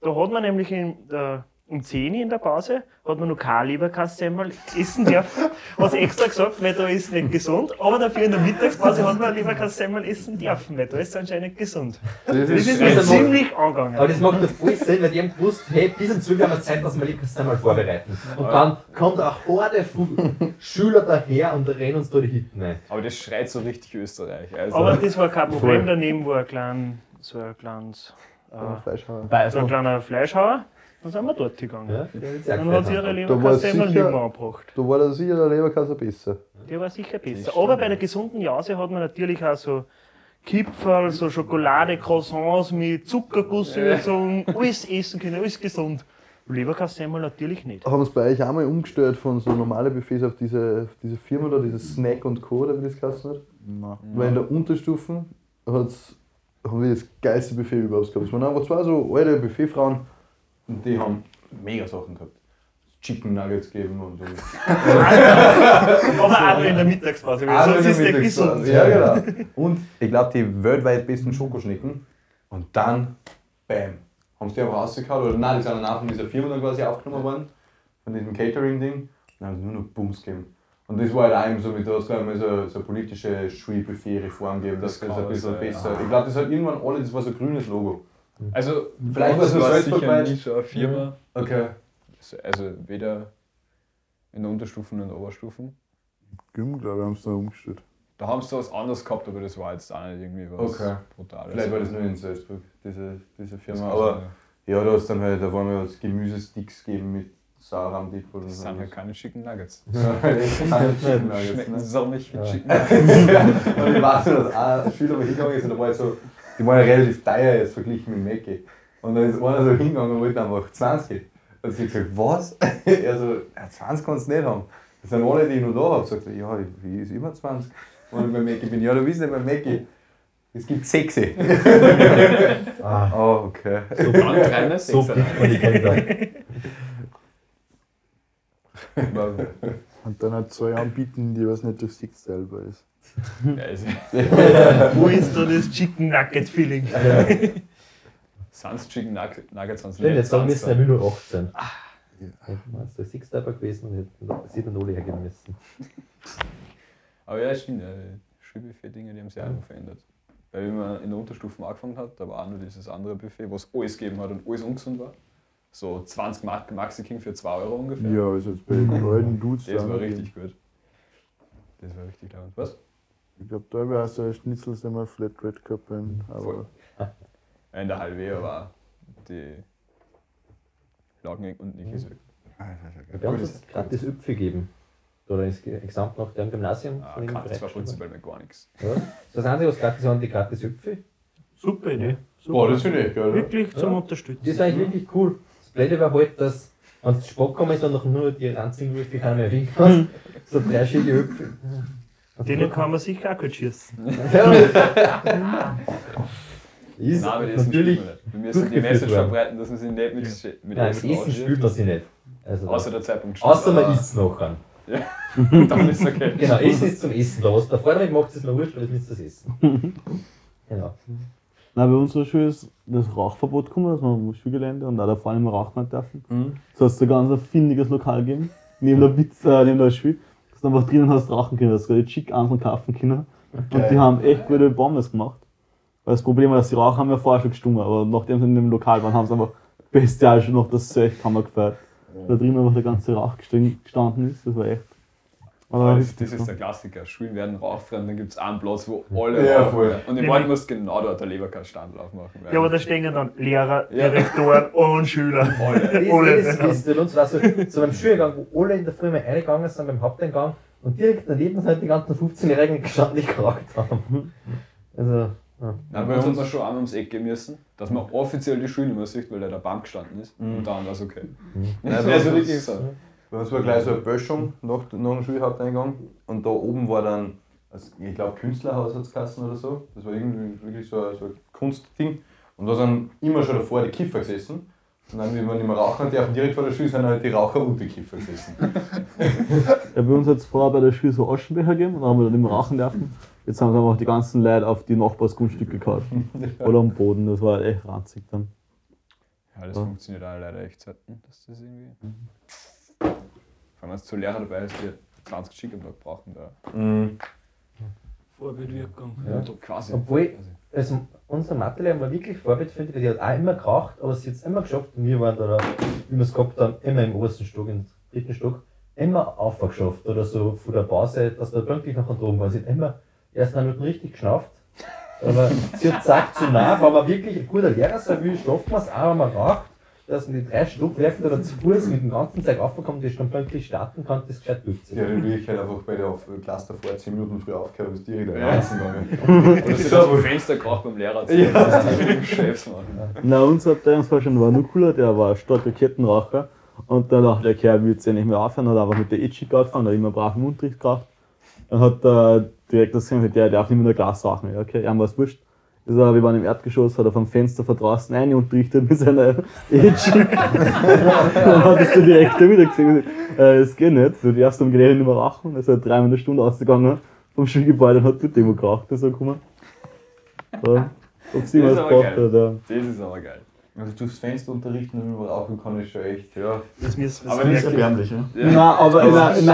[SPEAKER 4] Da hat man nämlich in, der- um 10 Uhr in der Pause, hat man noch keine Leberkasse einmal essen dürfen. Hat sie extra gesagt, weil da ist nicht gesund. Aber dafür in der Mittagspause hat man Leberkasse einmal essen dürfen, weil da ist es anscheinend gesund.
[SPEAKER 1] Das
[SPEAKER 4] Das
[SPEAKER 1] ist
[SPEAKER 4] ist mir
[SPEAKER 5] Also-
[SPEAKER 4] ziemlich
[SPEAKER 5] Aber
[SPEAKER 4] angegangen.
[SPEAKER 5] das macht doch voll Sinn, weil die haben gewusst, hey, bis zum Zug haben wir Zeit, dass wir Liebkast einmal vorbereiten. Und dann kommt eine Horde von Schüler daher und rennen uns da die Hitten ein.
[SPEAKER 2] Aber das schreit so richtig Österreich. Also,
[SPEAKER 4] Aber das war kein Problem. Daneben war ein klein, so ein kleines,
[SPEAKER 1] Ah,
[SPEAKER 4] äh,
[SPEAKER 1] Fleischhauer.
[SPEAKER 4] so ein kleiner Fleischhauer. Dann sind wir dort gegangen.
[SPEAKER 5] Ja, die haben sich auch
[SPEAKER 4] Dann hat sie
[SPEAKER 5] gefreut.
[SPEAKER 4] ihre
[SPEAKER 1] Da war es
[SPEAKER 4] Leberkasse einmal nicht
[SPEAKER 1] sicher-
[SPEAKER 4] mehr angebracht.
[SPEAKER 1] Da war da sicher der Leberkasse besser.
[SPEAKER 4] Die war sicher besser. Aber bei der gesunden Jause hat man natürlich auch so Kipferl, so Schokolade, Croissants mit Zuckergussösung, alles essen können, alles gesund. Leberkassemmel natürlich nicht.
[SPEAKER 1] Haben sie bei euch einmal umgestellt von so normalen Buffets auf diese, auf diese Firma da, dieses Snack und Co., oder wie das geheißen hat? Weil in der Unterstufen hat's, haben wir das geilste Buffet überhaupt gehabt. Es waren einfach zwei so alte Buffetfrauen und die haben mega Sachen gehabt. Chicken Nuggets gegeben und, und
[SPEAKER 4] Aber auch nur in der Mittagspause, weil
[SPEAKER 1] Alle
[SPEAKER 4] sonst Also ist der
[SPEAKER 1] Mittagsfrauen.
[SPEAKER 4] gesund.
[SPEAKER 1] Ja, genau. Und ich glaube, die weltweit besten Schokoschnecken. Und dann, bam, haben sie die einfach rausgehauen. Oder nein, die sind danach von dieser Firma dann quasi aufgenommen worden, von diesem Catering-Ding. Dann haben sie nur noch Bums gegeben. Und das war halt auch eben so, mit da hat einmal so, so eine politische Schulbuffet-Reform gegeben, dass das,
[SPEAKER 2] kann
[SPEAKER 1] ein bisschen
[SPEAKER 2] sein,
[SPEAKER 1] besser. Ich glaube, das hat irgendwann alle, das war so ein grünes Logo.
[SPEAKER 2] also
[SPEAKER 1] Vielleicht war es nur
[SPEAKER 2] war
[SPEAKER 1] Salzburg
[SPEAKER 2] sicher
[SPEAKER 1] weit.
[SPEAKER 2] nicht so eine Firma.
[SPEAKER 1] Okay.
[SPEAKER 2] Also- Also weder in der Unterstufen noch in der Oberstufen.
[SPEAKER 7] Gym, glaube ich, haben sie noch umgestellt.
[SPEAKER 2] Da haben sie was anderes gehabt, aber das war jetzt auch nicht irgendwie was
[SPEAKER 1] Okay.
[SPEAKER 2] Brutales.
[SPEAKER 1] Vielleicht war das nur in Salzburg, diese, diese
[SPEAKER 2] Das
[SPEAKER 1] Firma.
[SPEAKER 2] kann
[SPEAKER 1] Aber
[SPEAKER 2] sein.
[SPEAKER 1] ja, da hast dann halt, da wollen wir was Gemüsesticks geben mit Sauerrahm, Dipol und
[SPEAKER 2] das sind halt keine Chicken Nuggets.
[SPEAKER 6] ne?
[SPEAKER 2] Schmecken
[SPEAKER 1] Und
[SPEAKER 2] sonnig wie Chicken
[SPEAKER 1] ich weiß nur, dass ein Schüler mal hingegangen ist und da war ich so, die waren ja relativ teuer jetzt verglichen mit Mäcki. Und dann ist einer so hingegangen und wollte einfach 20. Und sie hat gesagt, was? Er so, ja, 20 kannst du nicht haben. Das sind alle, die ich noch da habe. Sagt er, ja, ich, ich ist immer 20. Und ich bei Mäcki bin, ja, du bist nicht bei Mäcki. Es gibt sexy.
[SPEAKER 9] Ah.
[SPEAKER 1] oh, okay.
[SPEAKER 2] So brandreiner
[SPEAKER 10] So pickt man die Kinder.
[SPEAKER 9] Und dann hat zwei anbieten, die was nicht durch sich selber ist.
[SPEAKER 4] Wo ist da das Chicken Nugget Feeling?
[SPEAKER 2] Sans Chicken Nug- Nuggets sonst
[SPEAKER 5] Stimmt, jetzt sagen
[SPEAKER 2] Sans-
[SPEAKER 5] müssen, er will nur 18. Ah. Ja. Ist der Sixstepper gewesen und hätte 7 Oli hergeben müssen.
[SPEAKER 2] Aber ja, stimmt. Ja. Schulbuffet-Dinge, die haben sich auch noch verändert. Weil wenn man in der Unterstufe angefangen hat, da war auch nur dieses andere Buffet, wo es alles gegeben hat und alles ungesund war. So 20 Mark Maxi King für 2 Euro ungefähr.
[SPEAKER 9] Ja, also jetzt bei den alten Dudes
[SPEAKER 2] Das war
[SPEAKER 9] angehen.
[SPEAKER 2] richtig gut. Das war richtig laut. Was?
[SPEAKER 9] Ich glaube, da wäre auch so ein Schnitzel, das einmal Flatrate gehabt haben. Aber
[SPEAKER 2] Voll. In der Halvea war die Laugen und die Käse.
[SPEAKER 5] Bei uns hat es gratis Üpfel gegeben. Oder ins Ge- Examt nach dem Gymnasium.
[SPEAKER 2] Ah,
[SPEAKER 5] von ihm
[SPEAKER 2] Karte, das war
[SPEAKER 5] bereitgestellt
[SPEAKER 2] prinzipiell mal gar nichts.
[SPEAKER 5] worden. Ja. Das Einzige, was gratis waren, die gratis Üpfel.
[SPEAKER 4] Super Idee. Super.
[SPEAKER 1] Boah, das finde ich geil.
[SPEAKER 4] Wirklich zum
[SPEAKER 5] Ja.
[SPEAKER 4] Unterstützen.
[SPEAKER 5] Das war eigentlich wirklich cool. Das Blöde war halt, dass, wenn du zu spät gekommen ist, dann noch nur die ranzigen wirst, die keiner mehr weg hast. So drei schöne Üpfel.
[SPEAKER 4] Denen kann man sicher auch gut schießen.
[SPEAKER 5] Ist
[SPEAKER 2] Nein, mit Essen
[SPEAKER 5] natürlich.
[SPEAKER 2] spielen wir nicht. Wir müssen die
[SPEAKER 5] durchgeführt
[SPEAKER 2] Message
[SPEAKER 5] werden.
[SPEAKER 2] verbreiten, dass man sich nicht mit, Sch- mit
[SPEAKER 5] Nein, mit
[SPEAKER 2] Essen
[SPEAKER 5] Essen
[SPEAKER 2] ausschießt.
[SPEAKER 5] spielt man sich nicht. Also,
[SPEAKER 2] Außer der Zeitpunkt stimmt,
[SPEAKER 5] außer man
[SPEAKER 2] aber
[SPEAKER 5] isst noch an.
[SPEAKER 2] Dann ist okay.
[SPEAKER 5] Genau, Essen ist zum Essen da. Was der Vorderweg macht, ist mir wurscht, aber das ist das Essen. genau.
[SPEAKER 10] Nein, bei unserer Schule ist das Rauchverbot gekommen, dass man am Schulgelände und auch da vorne im Rauchen nicht dürfen. Das heißt, sogar ein ganz findiges Lokal gegeben, neben der Pizza, äh, neben der Schule, dass du einfach drinnen hast rauchen können, dass du richtig schick an und kaufen können. Und die haben echt gute Pommes gemacht. Weil das Problem war, dass die Raucher haben ja vorher schon gestunken, aber nachdem sie in dem Lokal waren, haben sie einfach bestial schon noch das Zeug haben wir gefeiert. Da drinnen einfach der ganze Rauch gestanden gestanden ist, das war echt. Aber
[SPEAKER 2] Das, das ist der Klassiker. Schulen werden rauchfrei und dann gibt es einen Platz, wo alle
[SPEAKER 1] Ja,
[SPEAKER 2] rauchen.
[SPEAKER 1] voll.
[SPEAKER 2] Und im
[SPEAKER 4] Nämlich-
[SPEAKER 2] Wald musst du genau dort der Leberkaststand aufmachen. weil
[SPEAKER 4] Ja, aber da stehen ja dann Lehrer,
[SPEAKER 2] Ja.
[SPEAKER 4] Direktoren und Schüler.
[SPEAKER 5] Oh
[SPEAKER 2] alle.
[SPEAKER 4] Alle.
[SPEAKER 5] Jedes Wissen bei uns war so, so beim Schuleingang, wo alle in der Früh mal reingegangen sind, beim Haupteingang und direkt daneben sind die ganzen 15-Jährigen gestanden, die geraucht haben. Also, ja.
[SPEAKER 2] Nein, bei uns hat man schon einmal ums Eck gehen müssen, dass man offiziell die Schule nicht mehr sieht, weil da der Baum gestanden ist. Und dann war es okay. Das wäre so wirklich so.
[SPEAKER 1] Bei uns war gleich so eine Böschung nach, nach dem Schulhaupteingang und da oben war dann, also ich glaube, Künstlerhaus hat oder so. Das war irgendwie wirklich so ein, so ein Kunstding. Und da sind immer schon davor die Kiffer gesessen. Und dann, wenn man nicht mehr rauchen darf, direkt vor der Schule sind halt die Raucher und die Kiffer gesessen.
[SPEAKER 10] Ja, bei uns hat es vorher bei der Schule so Aschenbecher gegeben und da haben wir dann immer rauchen dürfen. Jetzt haben sie einfach die ganzen Leute auf die Nachbarsgrundstücke gekauft. Oder am Boden, das war echt ranzig dann.
[SPEAKER 2] Ja, das
[SPEAKER 10] Ja.
[SPEAKER 2] funktioniert auch leider echt selten, dass das irgendwie. Vor allem, wenn es zu Lehrer dabei ist, die 20 Schick am Tag brauchen. Da.
[SPEAKER 4] Vorbildwirkung.
[SPEAKER 5] Ja.
[SPEAKER 2] Da Quasi.
[SPEAKER 5] Obwohl- also unser Mathelehrer war wirklich vorbildlich, weil die hat auch immer geraucht, aber sie hat es immer geschafft. Und wir waren da, wie wir es gehabt haben, immer im obersten Stock, im dritten Stock, immer aufgeschafft oder so von der Pause, dass wir pünktlich nach oben waren. Sie hat immer erst eine Minute richtig geschnauft. Aber sie hat gesagt, so nah, wenn man wirklich ein guter Lehrer sein will, schafft man es auch, wenn man raucht, dass man die drei Stockwerke oder zu Fuß mit dem ganzen Zeug aufkommt, das dann pünktlich starten kann, das gescheit durchziehen.
[SPEAKER 1] Die hat in Wirklichkeit halt einfach bei der Auf- Klasse davor 10 Minuten früh aufgehört und ist direkt
[SPEAKER 2] Ja.
[SPEAKER 1] reinzen gegangen.
[SPEAKER 2] Oder sie das vom Fenster geraucht beim Lehrer. Ja. Das die Chefs machen.
[SPEAKER 10] Na, unser Abteilungsvorstand war nur cooler, der war ein starker Kettenraucher. Und dann dachte der Kerl, will jetzt ja nicht mehr aufhören, hat einfach mit der Itchik angefangen, hat immer brav im Unterricht geraucht. Dann hat der Direktor gesagt, der darf nicht mehr in der Klasse rauchen. Ja, okay, ihm war es wurscht. Also, wir waren im Erdgeschoss, hat er vom Fenster von draußen rein unterrichtet mit seiner Itchik. dann hat es der Direktor wieder gesehen. Äh, es geht nicht, du darfst am Gelände nicht mehr rauchen. Also, er ist dreimal in der Stunde ausgegangen vom Schulgebäude und hat mit dem geraucht, das ist gekommen. Ja, ob sie
[SPEAKER 2] Das
[SPEAKER 10] was
[SPEAKER 2] ist aber
[SPEAKER 10] braucht,
[SPEAKER 2] geil.
[SPEAKER 10] oder?
[SPEAKER 2] Das ist aber geil.
[SPEAKER 1] Also durchs Fenster unterrichten und über Rauchen kann ich schon echt, ja.
[SPEAKER 4] Das müssen wir
[SPEAKER 2] Aber
[SPEAKER 4] so
[SPEAKER 2] das-
[SPEAKER 4] merken.
[SPEAKER 11] Erbärmlich, ne?
[SPEAKER 10] Na, aber in der, in der,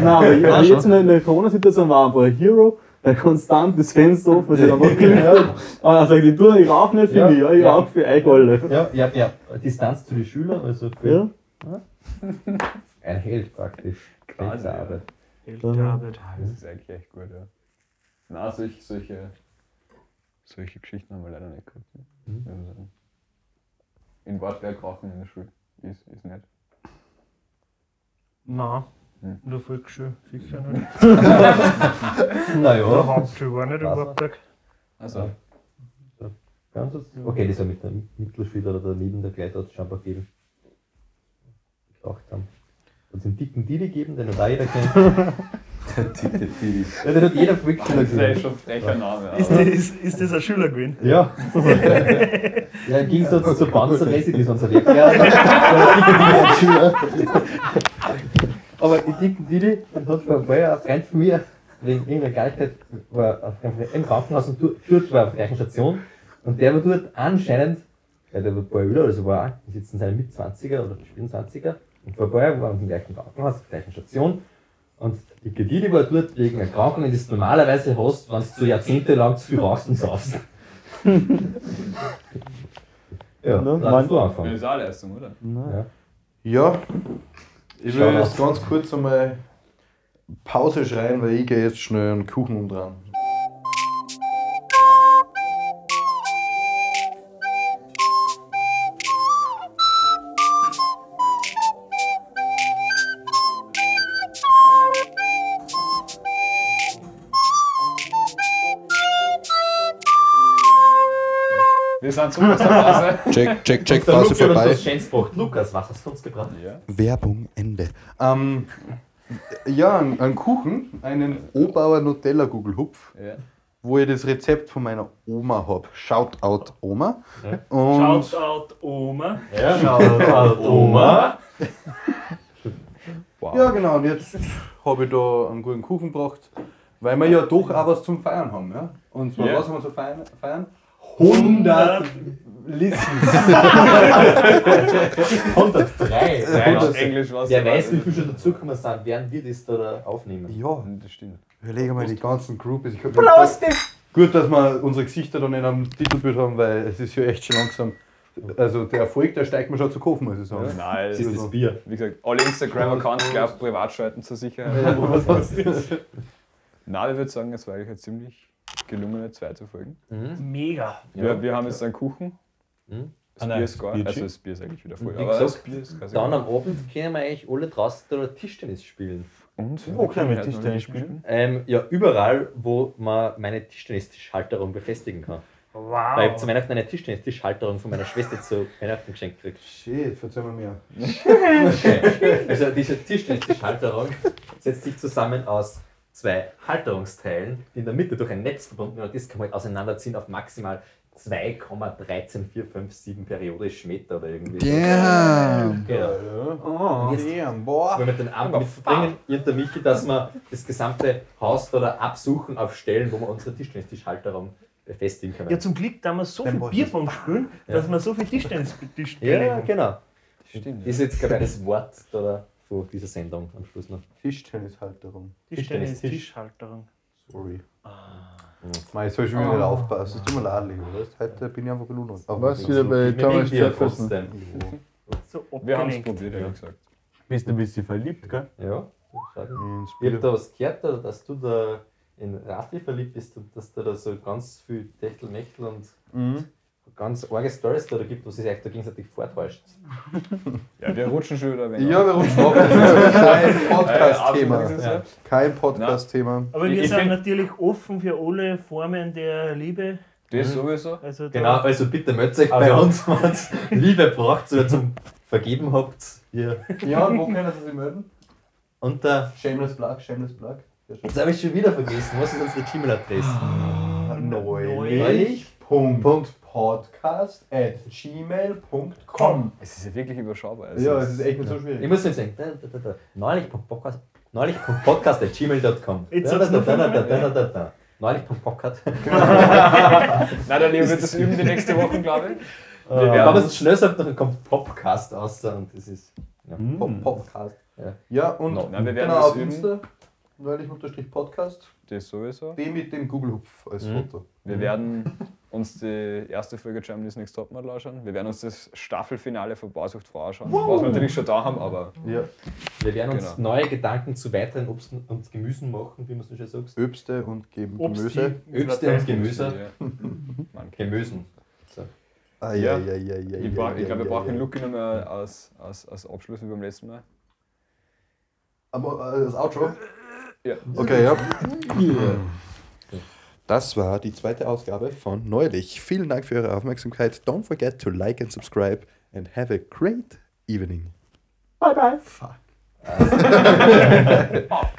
[SPEAKER 10] Nein, aber ja, jetzt in der- in der Corona-Situation war er einfach ein Hero, der konstant das Fenster offen ist, einfach gelüftet. Aber er sagt, ich tue, ich rauche nicht für
[SPEAKER 5] Ja.
[SPEAKER 10] mich, ja, ich
[SPEAKER 5] Ja.
[SPEAKER 10] rauche für euch alle.
[SPEAKER 5] Ja, ja, ja. Distanz zu den Schülern, also für
[SPEAKER 10] Ja,
[SPEAKER 5] ein Held praktisch.
[SPEAKER 2] Quasi, ja.
[SPEAKER 5] Arbeit.
[SPEAKER 4] Elternarbeit.
[SPEAKER 2] Ah, Das ist eigentlich echt gut, ja. Na, solche, solche, solche Geschichten haben wir leider nicht gehabt. Ne? Also, in Wortberg rauchen in der Schule ist, ist nicht.
[SPEAKER 4] Nein.
[SPEAKER 2] Hm.
[SPEAKER 4] In der Volksschule sicher nicht. In der
[SPEAKER 5] Naja,
[SPEAKER 4] Hauptschule war nicht
[SPEAKER 5] Was?
[SPEAKER 4] überhaupt.
[SPEAKER 2] Also,
[SPEAKER 5] ganz jetzt- okay, das war mit dem Mittelschüler oder daneben der Gleiter scheinbar gegeben. Gedacht haben. Und den dicken Didi geben, den hat auch jeder kennt.
[SPEAKER 1] Ticket.
[SPEAKER 5] Ja, den
[SPEAKER 2] Das ist
[SPEAKER 5] hat jeder
[SPEAKER 2] ja
[SPEAKER 5] gewickt.
[SPEAKER 2] schon ein frecher Name.
[SPEAKER 4] Ist
[SPEAKER 2] Aber
[SPEAKER 4] das, ist, ist das ein Schüler gewesen?
[SPEAKER 5] Ja. ja, im Gegensatz zu Panzer Racing ist unser Weg. Ja, aber die dicken Didi, das hat vor vorher ein Freund von mir, wegen irgendeiner Geilheit, war auf einem- im Krankenhaus und dort- dort war auf der gleichen Station. Und der war dort anscheinend, ja, der war ein paar Öler, also war auch, ist jetzt in seinen Mitzwanziger oder 24er. Und vor ein paar Jahren waren wir im gleichen Krankenhaus, auf der gleichen Station. Und die Gedili war dort wegen Erkrankungen, die du normalerweise hast, wenn du so jahrzehntelang zu viel rauchst und saufst. ja,
[SPEAKER 6] Ne?
[SPEAKER 5] ne? dann
[SPEAKER 6] Mann.
[SPEAKER 5] so
[SPEAKER 2] Das
[SPEAKER 5] anfangen.
[SPEAKER 2] ist auch eine Leistung, oder?
[SPEAKER 1] Ja, ich will
[SPEAKER 5] Schau
[SPEAKER 1] jetzt ganz kurz einmal Pause schreien, weil ich gehe jetzt schnell einen Kuchen umdrehen.
[SPEAKER 2] Wir sind zurück aus der Pause.
[SPEAKER 1] Check, check, check,
[SPEAKER 5] Der
[SPEAKER 1] Pause
[SPEAKER 5] Lukas hat uns
[SPEAKER 1] vorbei.
[SPEAKER 5] was Schönes gebracht. Lukas, was hast du uns gebracht?
[SPEAKER 1] Werbung Ende. Ähm, ja, einen einen Kuchen, einen Obauer Nutella Gugelhupf,
[SPEAKER 2] Ja.
[SPEAKER 1] wo ich das Rezept von meiner Oma habe. Shoutout Oma. Und
[SPEAKER 4] Shoutout Oma.
[SPEAKER 5] Ja, schau, Oma.
[SPEAKER 1] Ja, genau. Und jetzt habe ich da einen guten Kuchen gebracht, weil wir ja doch auch was zum Feiern haben. Ja? Und zwar
[SPEAKER 2] Ja.
[SPEAKER 1] was haben wir zu feiern? feiern? 100 Listens.
[SPEAKER 5] 103.
[SPEAKER 2] Deutsch, Englisch, was
[SPEAKER 5] Wer
[SPEAKER 2] da war.
[SPEAKER 5] weiß, wie viele schon dazugekommen sind, werden wir das da aufnehmen.
[SPEAKER 1] ja,
[SPEAKER 2] Das stimmt.
[SPEAKER 1] überlege mal die ganzen Groupies. Ich glaub, Gut, dass wir unsere Gesichter da nicht am Titelbild haben, weil es ist ja echt schon langsam. Also der Erfolg, der steigt mir schon zu Kopf, muss ich sagen.
[SPEAKER 2] Nein, das
[SPEAKER 1] ist
[SPEAKER 2] ist,
[SPEAKER 1] das
[SPEAKER 5] Bier.
[SPEAKER 2] wie gesagt, alle Instagram-Accounts gleich auf privat schalten zur Sicherheit. Nein, ich würde sagen, es war eigentlich eine ziemlich gelungene zweite Folge.
[SPEAKER 4] Mega.
[SPEAKER 2] Wir, wir haben jetzt einen Kuchen.
[SPEAKER 5] Mhm.
[SPEAKER 2] Das Bier ist gar Also das Bier ist eigentlich wieder voll.
[SPEAKER 5] Wie
[SPEAKER 2] Aber das
[SPEAKER 5] gesagt,
[SPEAKER 2] Bier ist quasi
[SPEAKER 5] Dann am Abend können wir eigentlich alle draußen da Tischtennis spielen.
[SPEAKER 2] Und?
[SPEAKER 6] Okay, mit
[SPEAKER 2] Hat man
[SPEAKER 6] Tischtennis
[SPEAKER 2] wirklich
[SPEAKER 6] spielen.
[SPEAKER 5] Ähm, ja, überall, wo man meine Tischtennistischhalterung befestigen kann.
[SPEAKER 4] Wow.
[SPEAKER 5] Weil ich hab zu Weihnachten eine Tischtennistischhalterung von meiner Schwester zu Weihnachten geschenkt gekriegt.
[SPEAKER 1] Shit, verzeih mir mehr.
[SPEAKER 5] Also diese Tischtennistischhalterung setzt sich zusammen aus zwei Halterungsteilen, die in der Mitte durch ein Netz verbunden werden. Das kann man halt auseinanderziehen auf maximal 2,13457 periodisch Meter oder irgendwie.
[SPEAKER 1] Damn!
[SPEAKER 5] Genau.
[SPEAKER 1] Oh, damn, boah.
[SPEAKER 5] Wenn wir den Abend mitbringen, ihr und der Michi, dass wir das gesamte Haus da, da absuchen auf Stellen, wo wir unsere Tischtennistischhalterung befestigen können.
[SPEAKER 4] Ja, zum Glück, da wir so viel
[SPEAKER 1] brauch ich
[SPEAKER 4] Bierpong spielen, dass wir so viel Tischtennis Tisch
[SPEAKER 5] ja
[SPEAKER 4] ja.
[SPEAKER 5] genau.
[SPEAKER 2] Stimmt.
[SPEAKER 5] Das ist jetzt, glaube ich, das Wort da, da, von dieser Sendung am Schluss noch.
[SPEAKER 1] Tischtennishalterung.
[SPEAKER 4] Tischtennis
[SPEAKER 5] Tischtennis-
[SPEAKER 4] Tischhalterung.
[SPEAKER 1] Sorry. Mei, jetzt soll ich schon wieder nicht aufpassen. Es tut mir leid, Leo. weißt? Heute bin ich einfach ein Lunas.
[SPEAKER 7] Was wieder bei
[SPEAKER 5] Wir mögen
[SPEAKER 7] Thomas
[SPEAKER 5] die ja
[SPEAKER 7] Jefferson?
[SPEAKER 5] trotzdem.
[SPEAKER 4] So
[SPEAKER 2] Wir haben es
[SPEAKER 4] abgelenkt.
[SPEAKER 2] probiert, wie gesagt.
[SPEAKER 6] Bist du ein bisschen verliebt, gell?
[SPEAKER 5] Ja, schade.
[SPEAKER 1] Ins
[SPEAKER 5] Ich habe
[SPEAKER 1] Bier.
[SPEAKER 5] da was gehört, da- dass du da in Raffi verliebt bist und dass da, da so ganz viel Techtelmechtel und
[SPEAKER 1] Mhm.
[SPEAKER 5] ganz arge Stories da, da gibt, was sich echt da gegenseitig vortäuscht.
[SPEAKER 2] Ja, wir rutschen schon wieder weg.
[SPEAKER 1] Ja, wir rutschen ab. Das ist Kein Podcast-Thema.
[SPEAKER 2] Ja.
[SPEAKER 1] Kein Podcast-Thema.
[SPEAKER 4] Aber
[SPEAKER 2] Ich-
[SPEAKER 4] wir
[SPEAKER 2] ich
[SPEAKER 4] sind
[SPEAKER 2] find-
[SPEAKER 4] natürlich offen für alle Formen der Liebe.
[SPEAKER 2] Das sowieso.
[SPEAKER 4] Also da-
[SPEAKER 5] Genau, also bitte meldet euch bei uns, wenn ihr Liebe braucht oder zum Vergeben habt. Hier.
[SPEAKER 1] Ja, wo können Sie sich melden?
[SPEAKER 5] Und da,
[SPEAKER 1] Shameless Plug, Shameless Plug.
[SPEAKER 5] jetzt habe ich schon wieder vergessen, was ist unsere Gmail-Adresse?
[SPEAKER 2] Ah,
[SPEAKER 1] Neulich. Punkt. Podcast at gmail.com.
[SPEAKER 2] Es ist ja wirklich überschaubar. Es
[SPEAKER 1] Ja, es ist echt nicht so
[SPEAKER 5] Ich
[SPEAKER 1] schwierig.
[SPEAKER 5] muss jetzt sagen, da, da, da, da. neulich.podcast neulich.podcast at gmail.com.
[SPEAKER 4] Jetzt
[SPEAKER 5] Da, da,
[SPEAKER 4] sagst du
[SPEAKER 5] da,
[SPEAKER 4] noch
[SPEAKER 5] da, da,
[SPEAKER 4] fünfmal.
[SPEAKER 5] da, da, da. Neulich.podcast.
[SPEAKER 2] Nein, der Leo wird das üben die nächste Woche, glaube ich.
[SPEAKER 5] Wir
[SPEAKER 2] werden-
[SPEAKER 5] werden es schnell sagt, dann kommt Podcast raus und das ist. Ja.
[SPEAKER 1] Pop- Podcast.
[SPEAKER 5] Ja.
[SPEAKER 1] Ja, und
[SPEAKER 2] No, nein, wir werden
[SPEAKER 1] genau
[SPEAKER 2] das
[SPEAKER 1] auf
[SPEAKER 2] üben.
[SPEAKER 1] Insta. Neulich unterstrich Podcast.
[SPEAKER 2] Das sowieso.
[SPEAKER 1] Den mit dem Google-Hupf als
[SPEAKER 5] Mhm.
[SPEAKER 1] Foto.
[SPEAKER 2] Wir werden uns die erste Folge Germany's Next Topmodel anschauen. Wir werden uns das Staffelfinale von Bausucht Frau anschauen. Was wir natürlich schon da haben, aber
[SPEAKER 1] Ja.
[SPEAKER 5] Wir werden uns
[SPEAKER 2] Genau.
[SPEAKER 5] neue Gedanken zu weiteren Obsten und Gemüsen machen, wie man so schön sagt.
[SPEAKER 1] Obste und geben
[SPEAKER 4] Obst,
[SPEAKER 1] Gemüse.
[SPEAKER 4] die-
[SPEAKER 5] Obste und Gemüse.
[SPEAKER 2] Ja. Mann,
[SPEAKER 5] Gemüsen.
[SPEAKER 1] Ah,
[SPEAKER 2] Ja.
[SPEAKER 1] ja, ja, ja,
[SPEAKER 2] Ich, brauch, ich glaube, wir
[SPEAKER 1] ja,
[SPEAKER 2] brauchen
[SPEAKER 1] ja.
[SPEAKER 2] den Lucky nochmal als, als, als Abschluss wie beim letzten Mal.
[SPEAKER 1] Aber äh, das Outro?
[SPEAKER 2] Ja.
[SPEAKER 1] Okay, ja. Das war die zweite Ausgabe von Neulich. Vielen Dank für eure Aufmerksamkeit. Don't forget to like and subscribe and have a great evening.
[SPEAKER 5] Bye bye.
[SPEAKER 1] Fuck.
[SPEAKER 2] Auf